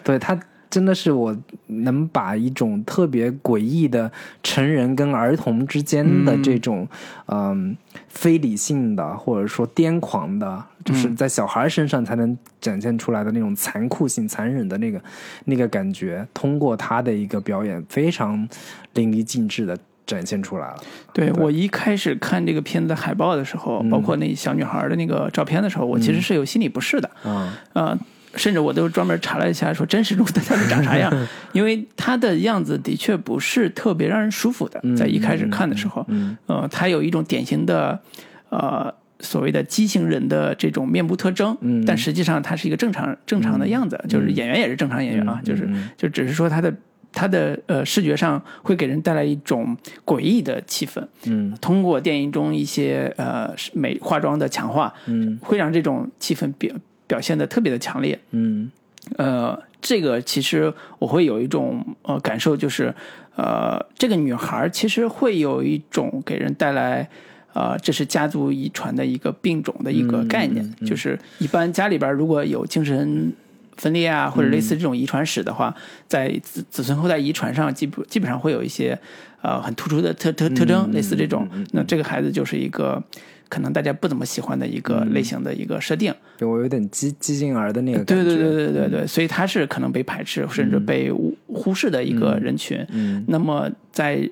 S2: 对她真的是我能把一种特别诡异的成人跟儿童之间的这种嗯、非理性的或者说癫狂的，
S1: 嗯
S2: 就是在小孩身上才能展现出来的那种残酷性、残忍的那个那个感觉，通过她的一个表演非常淋漓尽致的展现出来了。
S1: 对嗯我一开始看这个片子的海报的时候，包括那小女孩的那个照片的时候，我其实是有心理不适的。
S2: 嗯，
S1: 呃，甚至我都专门查了一下，说真实中的她 是长啥样，因为她的样子的确不是特别让人舒服的，在一开始看的时
S2: 嗯
S1: 候，呃，她有一种典型的呃所谓的畸形人的这种面部特征，但实际上她是一个正常正常的样子，就是演员也是正常演员啊，就是就只是说她的。她的呃视觉上会给人带来一种诡异的气氛，嗯，通过电影中一些呃是美化妆的强化，嗯，会让这种气氛表表现的特别的强烈。
S2: 嗯
S1: 呃，这个其实我会有一种呃感受，就是呃，这个女孩儿其实会有一种给人带来。呃，这是家族遗传的一个病种的一个概念，就是一般家里边儿如果有精神分裂啊，或者类似这种遗传史的话，在子子孙后代遗传上基本基本上会有一些呃很突出的特特特征，类似这种。那这个孩子就是一个可能大家不怎么喜欢的一个类型的一个设定。
S2: 对我有点激激进儿的那个感
S1: 对
S2: 觉，嗯
S1: 对对对对对，所以他是可能被排斥甚至被忽忽视的一个
S2: 嗯
S1: 人群。那么在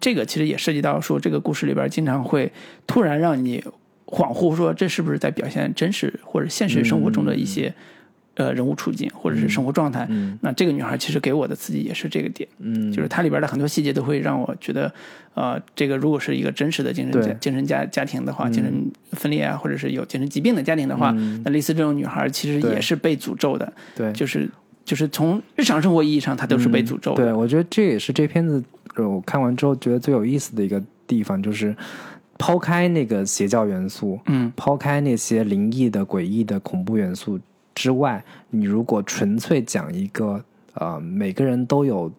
S1: 这个其实也涉及到说，这个故事里边经常会突然让你恍惚，说这是不是在表现真实或者现实生活中的一
S2: 嗯
S1: 些、呃人物处境或者是生活状态？那这个女孩其实给我的刺激也是这个点，嗯，就是它里边的很多细节都会让我觉得，呃，这个如果是一个真实的精神家
S2: 对
S1: 精神家家庭的
S2: 嗯
S1: 话，精神分裂啊，或者是有精神疾病的家庭的话，那类似这种女孩其实
S2: 对
S1: 也是被诅咒的，
S2: 对
S1: 就是就是从日常生活意义上，她都是被诅咒的，
S2: 嗯对，我觉得这也是这片子呃我看完之后觉得最有意思的一个地方，就是抛开那个邪教元素，
S1: 嗯，
S2: 抛开那些灵异的、诡异的、恐怖元素之外，你如果纯粹讲一个呃，每个人都有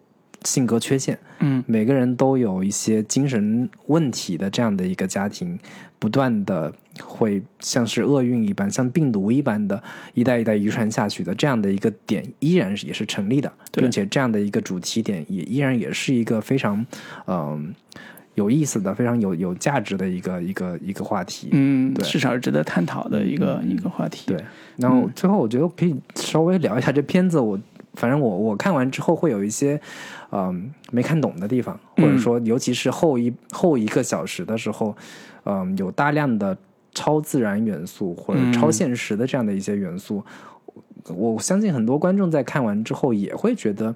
S2: 性格缺陷，
S1: 嗯
S2: 每个人都有一些精神问题的这样的一个家庭，不断的会像是厄运一般，像病毒一般的，一代一代遗传下去的这样的一个点，依然是也是成立的，
S1: 对
S2: 并且这样的一个主题点也依然也是一个非常，嗯、有意思的、非常有有价值的一个一个一个话题。
S1: 嗯，
S2: 对嗯
S1: 至少是值得探讨的一个一个话题。嗯
S2: 对，然后最后我觉得可以稍微聊一下这片子我。反正我我看完之后会有一些，嗯、没看懂的地方，或
S1: 嗯
S2: 者说尤其是后一后一个小时的时候，嗯、有大量的超自然元素或者
S1: 嗯
S2: 超现实的这样的一些元素，我我相信很多观众在看完之后也会觉得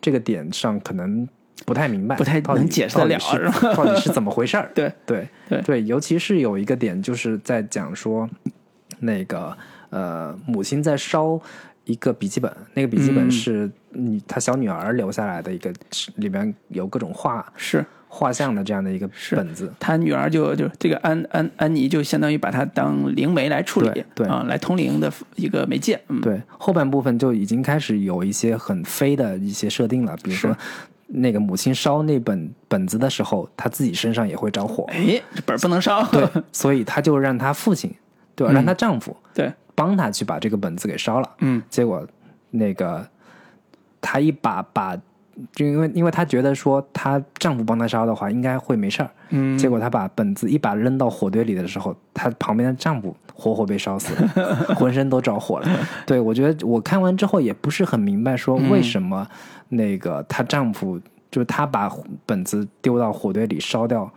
S2: 这个点上可能不太明白，
S1: 不太
S2: 到底
S1: 能解释得了
S2: 到底是 到底是怎么回事儿？
S1: 对
S2: 对
S1: 对
S2: 尤其是有一个点就是在讲说，那个呃，母亲在烧。一个笔记本，那个笔记本
S1: 嗯
S2: 是你她小女儿留下来的一个，是里面有各种画
S1: 是
S2: 画像的这样的一个
S1: 是
S2: 本子。
S1: 他女儿就就这个安安安妮就相当于把它当灵媒来处理，
S2: 对对
S1: 啊、来通灵的一个媒介。嗯，
S2: 对，后半部分就已经开始有一些很飞的一些设定了，比如说
S1: 是
S2: 那个母亲烧那本本子的时候，她自己身上也会 着火，
S1: 哎，这本儿不能烧。
S2: 对，所以她就让她父亲，对吧？
S1: 嗯
S2: 让她丈夫
S1: 对
S2: 帮她去把这个本子给烧了。
S1: 嗯，
S2: 结果那个她一把把，就因为因为她觉得说她丈夫帮她烧的话应该会没事儿，
S1: 嗯，
S2: 结果她把本子一把扔到火堆里的时候，她旁边的丈夫活活被烧死 了，浑身都着火了。对我觉得我看完之后也不是很明白，说为什么那个她丈夫就是她把本子丢到火堆里烧掉。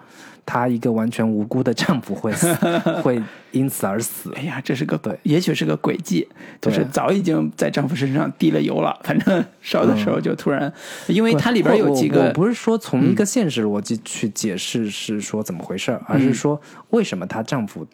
S2: 她一个完全无辜的丈 夫会死，会因此而死。
S1: 哎呀，这是个
S2: 对
S1: 也许是个诡计，就是
S2: 对嗯
S1: 早已经在丈夫身上滴了油了，反正烧的时候就突然，因为
S2: 不
S1: 它里边有
S2: 我
S1: 几
S2: 我我
S1: 个嗯
S2: 不是说从一个现实逻辑去解释是说怎么回事儿，而是说为什么她丈夫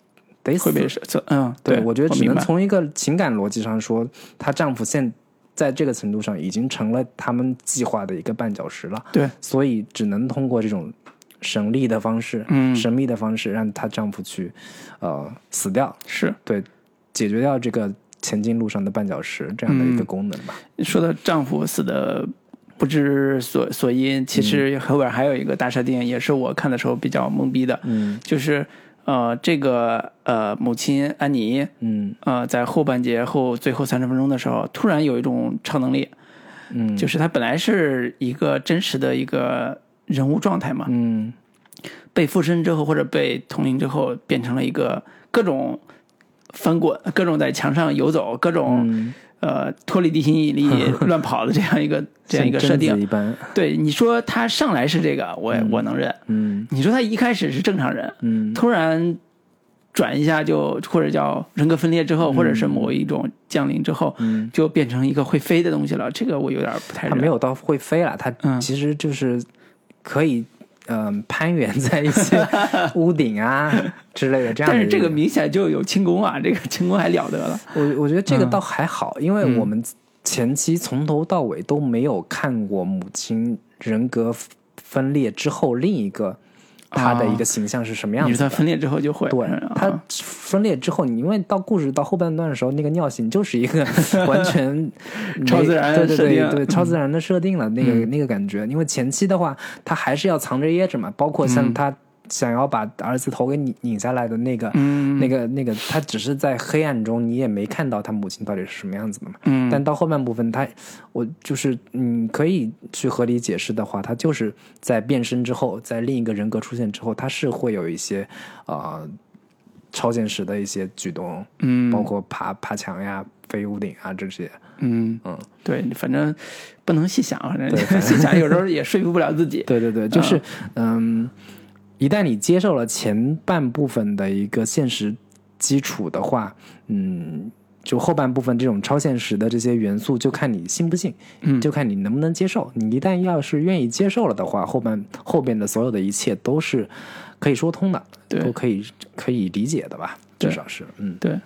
S2: 得
S1: 嗯
S2: 死
S1: 会。被烧，嗯，
S2: 对，
S1: 我
S2: 我觉得只
S1: 明
S2: 能
S1: 白
S2: 从一个情感逻辑上说，她丈夫现在这个程度上已经成了他们计划的一个绊脚石了，
S1: 对
S2: 所以只能通过这种神力的方式，
S1: 嗯
S2: 神秘的方式让她丈夫去呃死掉，
S1: 是
S2: 对，解决掉这个前进路上的绊脚石这样的
S1: 嗯
S2: 一个功能吧。
S1: 说到丈夫死的不知所所因，其
S2: 嗯
S1: 实后边还有一个大设定，也是我看的时候比较懵逼的，
S2: 嗯
S1: 就是呃，这个呃母亲安妮，
S2: 嗯
S1: 呃，在后半节后最后三十分钟的时候，突然有一种超能力，
S2: 嗯
S1: 就是她本来是一个真实的一个人物状态嘛，
S2: 嗯
S1: 被附身之后或者被通灵之后，变成了一个各种翻滚、各种在墙上游走、各种、
S2: 嗯，
S1: 呃脱离地心引 力乱跑的这样一个这样一个
S2: 像
S1: 设
S2: 贞子
S1: 定。
S2: 一般，
S1: 对，你说他上来是这个，我也、我能认；
S2: 嗯
S1: 你说他一开始是正常人，
S2: 嗯
S1: 突然转一下就或者叫人格分裂之后，或者是某一种降临之后，
S2: 嗯，
S1: 就变成一个会飞的东西了。这个我有点不太
S2: 他没
S1: 认。
S2: 有到会飞了，他
S1: 嗯
S2: 其实就是可以。嗯，攀援在 一些屋顶啊之类的这样的
S1: 但
S2: 一。
S1: 是这个明显就有轻功啊，这个轻功还了得了。
S2: 我我觉得这个倒还好，
S1: 嗯
S2: 因为我们前期从头到尾都没有看过母亲人格分裂之后另一个她的一个形象是什么样
S1: 啊你
S2: 子
S1: 说
S2: 的。
S1: 他分裂之后就会，
S2: 对
S1: 嗯，
S2: 他分裂之后，你因为到故事到后半段的时候，那个尿性就是一个 完全没
S1: 超自然
S2: 对对
S1: 设定啊嗯
S2: 对对超自然的设定了，那个那个感觉。因为前期的话，他还是要藏着掖着嘛，包
S1: 嗯
S2: 括像他想要把儿子头给拧拧下来的那个，
S1: 嗯
S2: 那个那个，他只是在黑暗中，你也没看到他母亲到底是什么样子的嘛。
S1: 嗯
S2: 但到后半部分，他我就是嗯，可以去合理解释的话，他就是在变身之后，在另一个人格出现之后，他是会有一些呃超现实的一些举动，
S1: 嗯
S2: 包括爬爬墙呀、飞屋顶啊这些。
S1: 嗯
S2: 嗯，
S1: 对，反正不能细想，反
S2: 对反
S1: 正细想有时候也说服不了自己。
S2: 对对对，就是嗯，一旦你接受了前半部分的一个现实基础的话，嗯，就后半部分这种超现实的这些元素，就看你信不信，
S1: 嗯
S2: 就看你能不能接受。你一旦要是愿意接受了的话，后半后边的所有的一切都是可以说通的，
S1: 对
S2: 都可以可以理解的吧，
S1: 对
S2: 至少是嗯
S1: 对，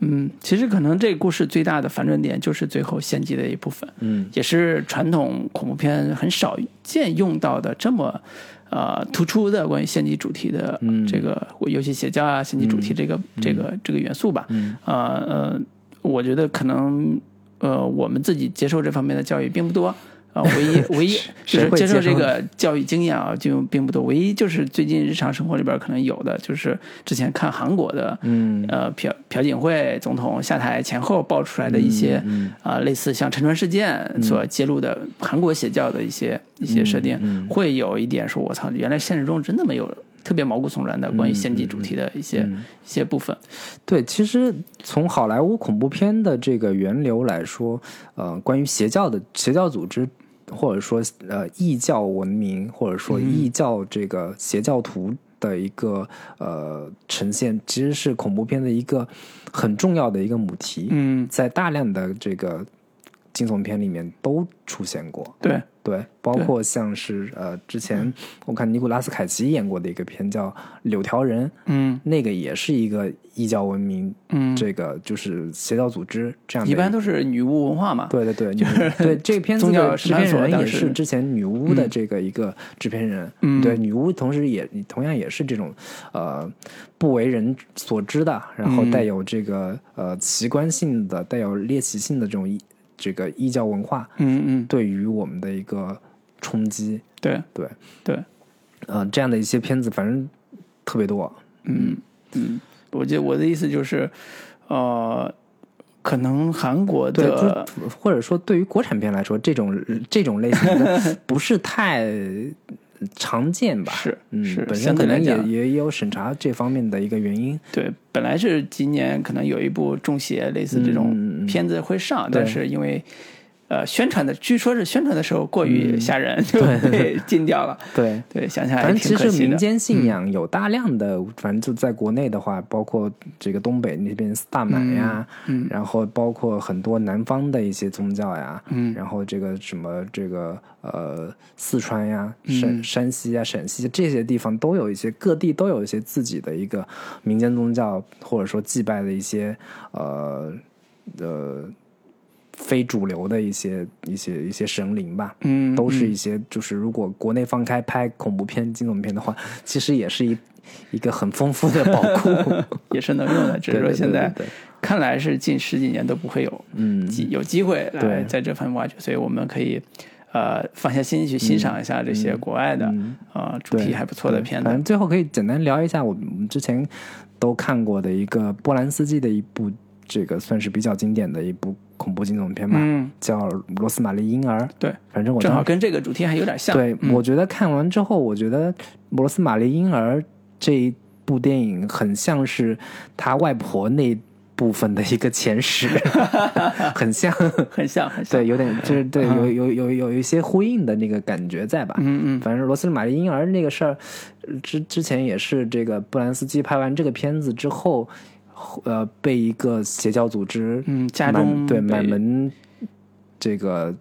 S1: 嗯，其实可能这个故事最大的反转点就是最后献祭的一部分，
S2: 嗯
S1: 也是传统恐怖片很少见用到的这么呃突出的关于献祭主题的这个，尤其邪教啊献祭主题这个、这个这个元素吧。
S2: 嗯嗯
S1: 呃呃，我觉得可能呃我们自己接受这方面的教育并不多。啊，唯 一唯一就
S2: 谁
S1: 是
S2: 会
S1: 接受
S2: 接受
S1: 这个教育经验啊，就并不多。唯一就是最近日常生活里边可能有的，就是之前看韩国的，嗯，呃，朴朴槿惠总统下台前后爆出来的一些，啊、类似像沉船事件所揭露的韩国邪教的一些、一些设定，会有一点说，我操，原来现实中真的没有特别毛骨悚然的关于献祭主题的一些、一些部分。
S2: 对，其实从好莱坞恐怖片的这个源流来说，呃，关于邪教的邪教组织，或者说呃异教文明，或者说
S1: 嗯
S2: 异教这个邪教徒的一个、呃呈现，其实是恐怖片的一个很重要的一个母题，
S1: 嗯，
S2: 在大量的这个惊悚片里面都出现过。
S1: 对，
S2: 对，包
S1: 对嗯
S2: 括像是呃，之前我看尼古拉斯凯奇演过的一个片叫《柳条人》，
S1: 嗯
S2: 那个也是一个异教文明，
S1: 嗯，
S2: 这个就是邪教组织这样的。
S1: 一般都是女巫文化嘛。
S2: 对对对，女对这 个片子
S1: 宗教
S2: 的制
S1: 审判
S2: 片
S1: 所
S2: 人
S1: 当
S2: 也
S1: 时
S2: 是之前女巫的这个一个制片人，
S1: 嗯
S2: 对女巫同时也同样也是这种呃不为人所知的，然后
S1: 嗯
S2: 带有这个呃奇观性的、带有猎奇性的这种异这个异教文化
S1: 嗯嗯，
S2: 对于我们的一个冲击，
S1: 对
S2: 对，
S1: 对。
S2: 呃，这样的一些片子反正特别多，
S1: 嗯，嗯，我觉得我的意思就是，呃，可能韩国
S2: 对，
S1: 的
S2: 就是或者说对于国产片来说，这种这种类型 的不是太常见吧？
S1: 是
S2: 嗯，
S1: 是
S2: 本身
S1: 相对
S2: 可能
S1: 来
S2: 也
S1: 讲
S2: 也有审查这方面的一个原因。
S1: 对，本来是今年可能有一部中邪类似这
S2: 嗯嗯
S1: 种
S2: 嗯
S1: 片子会上，
S2: 对
S1: 但是因为呃宣传的，据说是宣传的时候过于吓人，就 被禁掉了。
S2: 对，
S1: 对，想想
S2: 嗯反
S1: 还
S2: 正
S1: 挺
S2: 其
S1: 可
S2: 实
S1: 惜的嗯
S2: 民。间信仰有大量的，反正就在国内的话，包括这个东北那边萨满呀，
S1: 嗯
S2: 然后包括很多南方的一些宗教呀，
S1: 嗯
S2: 然后这个什么这个呃四川呀、
S1: 嗯
S2: 山山西呀、陕西这些地方都有一些，各地都有一些自己的一个民间宗教或者说祭拜的一些呃呃非主流的一些一些一些神灵吧，
S1: 嗯，
S2: 都是
S1: 嗯
S2: 一些就是如果国内放开拍恐怖片、惊悚片的话，其实也是一一个很丰富的宝 库。
S1: 也是能用的，只是
S2: 对
S1: 说
S2: 对
S1: 现
S2: 对
S1: 在
S2: 对对
S1: 看来是近十几年都不会有
S2: 嗯，
S1: 机有机会来
S2: 对
S1: 在这方面挖掘，所以我们可以呃放下心去欣赏一下这些国外的啊、呃主题
S2: 嗯对
S1: 还不错的片
S2: 反
S1: 子
S2: 正。最后可以简单聊一下我们之前都看过的一个波兰斯基的一部，这个算是比较经典的一部恐怖惊悚片吧，
S1: 嗯，
S2: 叫《罗斯玛丽婴儿》。
S1: 对，
S2: 反正我
S1: 正
S2: 当
S1: 好跟这个嗯主题还有点像。
S2: 对，我觉得看完之后，我觉得《摩罗斯玛丽婴儿》这一部电影很像是他外婆那部分的一个前世， 很像，
S1: 很像，很像。
S2: 对，有点就是对，有有有有一些呼应的那个感觉在吧？
S1: 嗯嗯嗯
S2: 反正罗斯玛丽婴儿那个事儿，呃之之前也是这个布兰斯基拍完这个片子之后，呃，被一个邪教组织
S1: 嗯，家
S2: 满
S1: 中
S2: 对
S1: 被
S2: 满门这个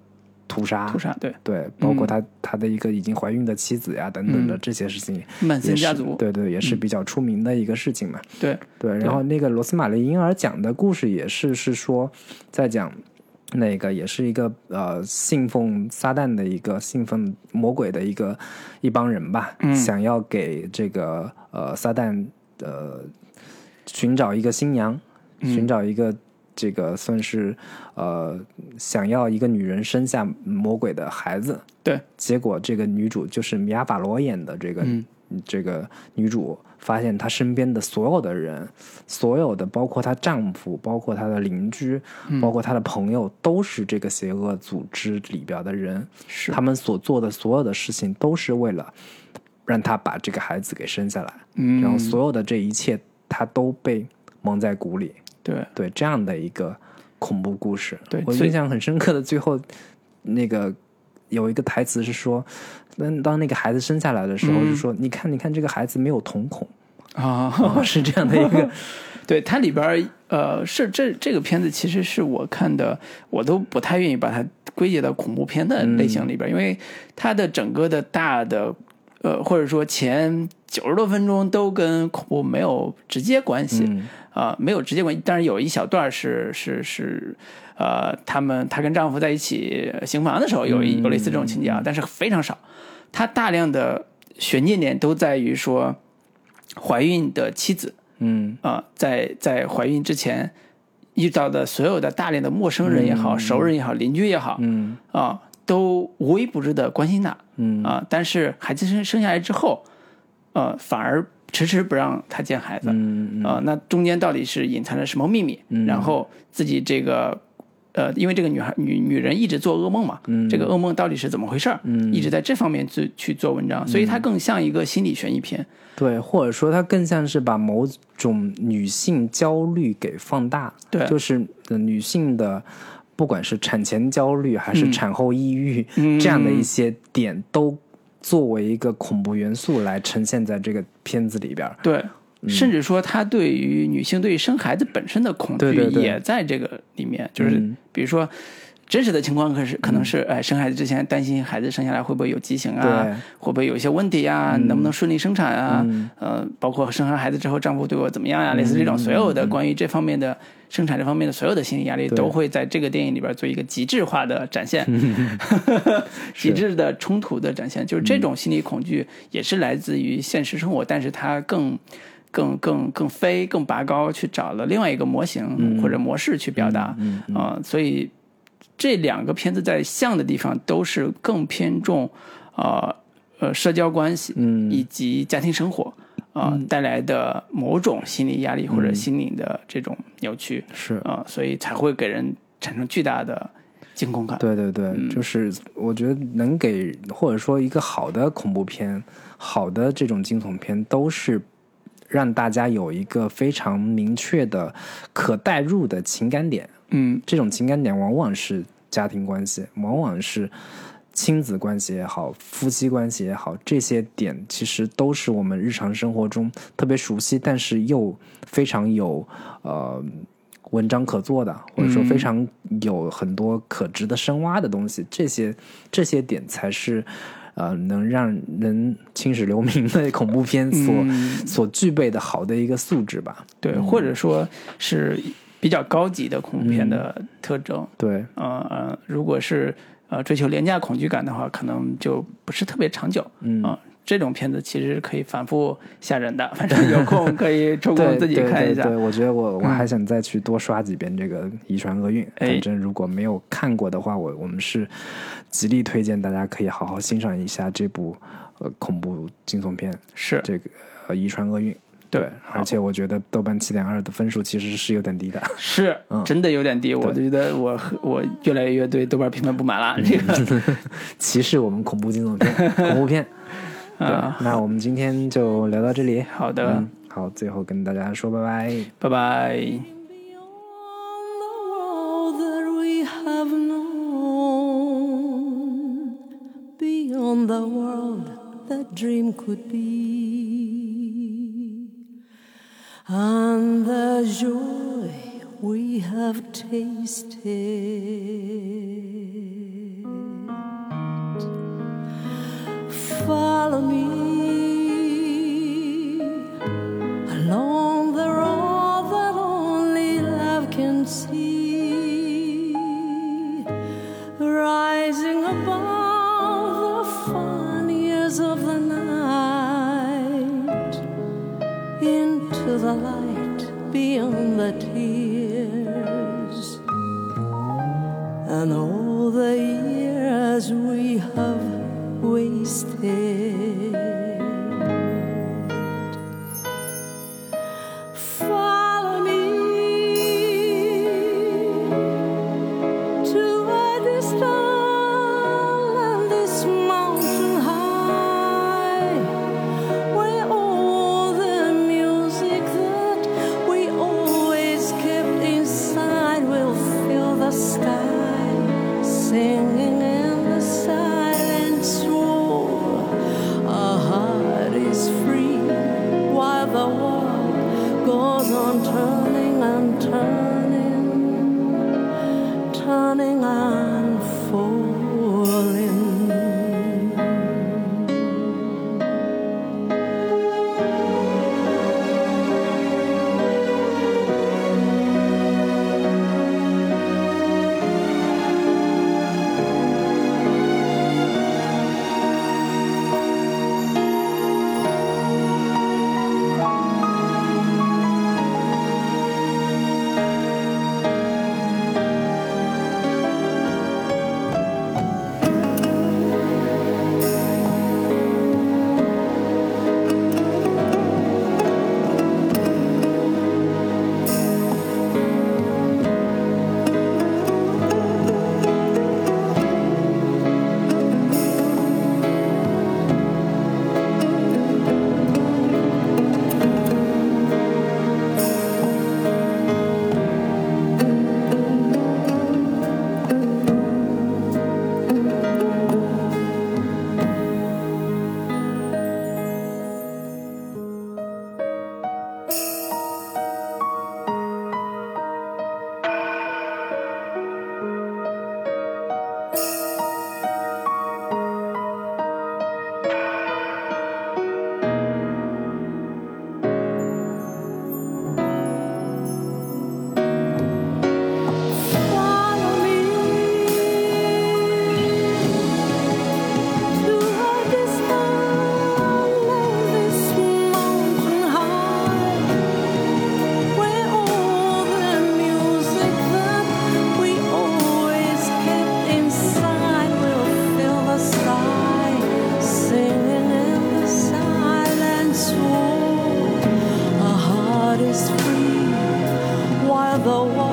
S2: 屠杀
S1: 屠杀，对，
S2: 对，包
S1: 嗯
S2: 括他、他的一个已经怀孕的妻子呀，等等的这些事情，
S1: 曼森
S2: 也
S1: 嗯家
S2: 是
S1: 族，嗯
S2: 对对，也是比较出名的一个事情嘛。
S1: 对
S2: 对，然后那个罗斯玛丽婴儿讲的故事也是是说，在讲那个也是一个呃信奉撒旦的一个信奉魔鬼的一个一帮人吧，
S1: 嗯
S2: 想要给这个呃撒旦呃寻找一个新娘，
S1: 嗯
S2: 寻找一个。这个算是，呃，想要一个女人生下魔鬼的孩子，
S1: 对
S2: 结果这个女主就是米娅法罗演的这个、
S1: 嗯
S2: 这个女主，发现她身边的所有的人，所有的包括她丈夫，包括她的邻居，
S1: 嗯
S2: 包括她的朋友，都是这个邪恶组织里边的人。
S1: 是
S2: 他们所做的所有的事情都是为了让她把这个孩子给生下来。
S1: 嗯
S2: 然后所有的这一切，她都被蒙在鼓里。
S1: 对
S2: 对这样的一个恐怖故事。
S1: 对
S2: 我
S1: 所以
S2: 印象很深刻的最后那个有一个台词是说，当当那个孩子生下来的时候，
S1: 嗯
S2: 就说、你看你看这个孩子没有瞳孔，
S1: 啊，
S2: 是这样的一 个
S1: 对它里边儿呃是这这个片子其实是我看的，我都不太愿意把它归结到恐怖片的类型里边儿，因为它的整个的大的呃或者说前九十多分钟都跟恐怖没有直接关系。啊、没有直接关系，但是有一小段儿是是是，呃，他们她跟丈夫在一起呃行房的时候有一有类似这种情节啊，但是非常少。她大量的悬念点都在于说怀孕的妻子，
S2: 嗯
S1: 啊、在在怀孕之前遇到的所有的大量的陌生人也好，熟人也好，邻居也好，
S2: 嗯
S1: 啊、都无微不至的关心他，
S2: 嗯
S1: 啊、但是孩子生生下来之后，呃，反而迟迟不让他见孩子，
S2: 嗯
S1: 呃，那中间到底是隐藏了什么秘密？然后自己这个，呃，因为这个女孩女女人一直做噩梦嘛，
S2: 嗯
S1: 这个噩梦到底是怎么回事儿？一直在这方面去去做文章，所以
S2: 嗯
S1: 它更像一个心理悬疑片。
S2: 对，或者说它更像是把某种女性焦虑给放大，
S1: 对
S2: 就是呃女性的。不管是产前焦虑还是产后抑郁，
S1: 嗯
S2: 这样的一些点都作为一个恐怖元素来呈现在这个片子里边儿。
S1: 对，
S2: 嗯
S1: 甚至说她对于女性对于生孩子本身的恐
S2: 对
S1: 惧
S2: 对对嗯
S1: 也在这个里面，就是比如说。真实的情况可是可能是，哎，生孩子之前担心孩子生下来会不会有畸形
S2: 对
S1: 啊，会不会有一些问题啊，能不能顺利生产啊，呃，包括生完孩子之后丈夫对我怎么样呀、类似这种所有的关于这方面的生产这方面的所有的心理压力，都会在这个电影里边做一个极致化的展现，嗯 极致的冲突的展现，就是这种心理恐惧也是来自于现实生活，但是它更。更更更飞更拔高，去找了另外一个模型或者模式去表达，嗯所以这两个片子在像的地方都是更偏重，呃呃社交关系，嗯，以及家庭生活，啊、带来的某种心理压力或者心理的这种扭曲，
S2: 是，
S1: 啊、所以才会给人产生巨大的惊恐感。
S2: 对对对，就是我觉得能给或者说一个好的恐怖片、好的这种惊悚片，都是让大家有一个非常明确的可代入的情感点。
S1: 嗯，
S2: 这种情感点往往是家庭关系，往往是亲子关系也好，夫妻关系也好，这些点其实都是我们日常生活中特别熟悉，但是又非常有呃文章可做的，或者说非常有很多可值得深挖的东西。这些这些点才是。呃，能让人青史留名的恐怖片所、所具备的好的一个素质吧？
S1: 对，或者说是比较高级的恐怖片的特征。
S2: 对，
S1: 呃呃，如果是呃追求廉价恐惧感的话，可能就不是特别长久。嗯、这种片子其实可以反复吓人的， 反正有空可以抽
S2: 对
S1: 空自己
S2: 对
S1: 看一
S2: 对
S1: 下。嗯
S2: 对，我觉得我我还想再去多刷几遍这个《遗传厄运》
S1: 哎
S2: 反正如果没有看过的话，我我们是极力推荐大家可以好好欣赏一下这部呃恐怖惊悚片，
S1: 是，
S2: 这个、呃《遗传厄运》。
S1: 对，
S2: 而且我觉得豆瓣七点二的分数其实是有点低的。
S1: 是、
S2: 嗯
S1: 真的有点低，我觉得我我越来越对豆瓣评分不满了。这
S2: 嗯
S1: 个
S2: 歧视我们恐怖惊悚片、恐怖 片。对
S1: 啊，
S2: 那我们今天就聊到这里。
S1: 好的，
S2: 嗯，好，最后跟大家说拜拜。
S1: 拜拜。
S3: Beyond the world that we have known, beyond the world that dream could be, and the joy we have tasted. Follow me along the road that only love can see, rising above the funniest of the night into the light beyond the tears and all the years we have wasted. Follow me to a distant land, this mountain high, where all the music that we always kept inside will fill the sky, singing in the silence. Roar. Our heart is free while the world goes on turning and turning, turning and falling. the wall.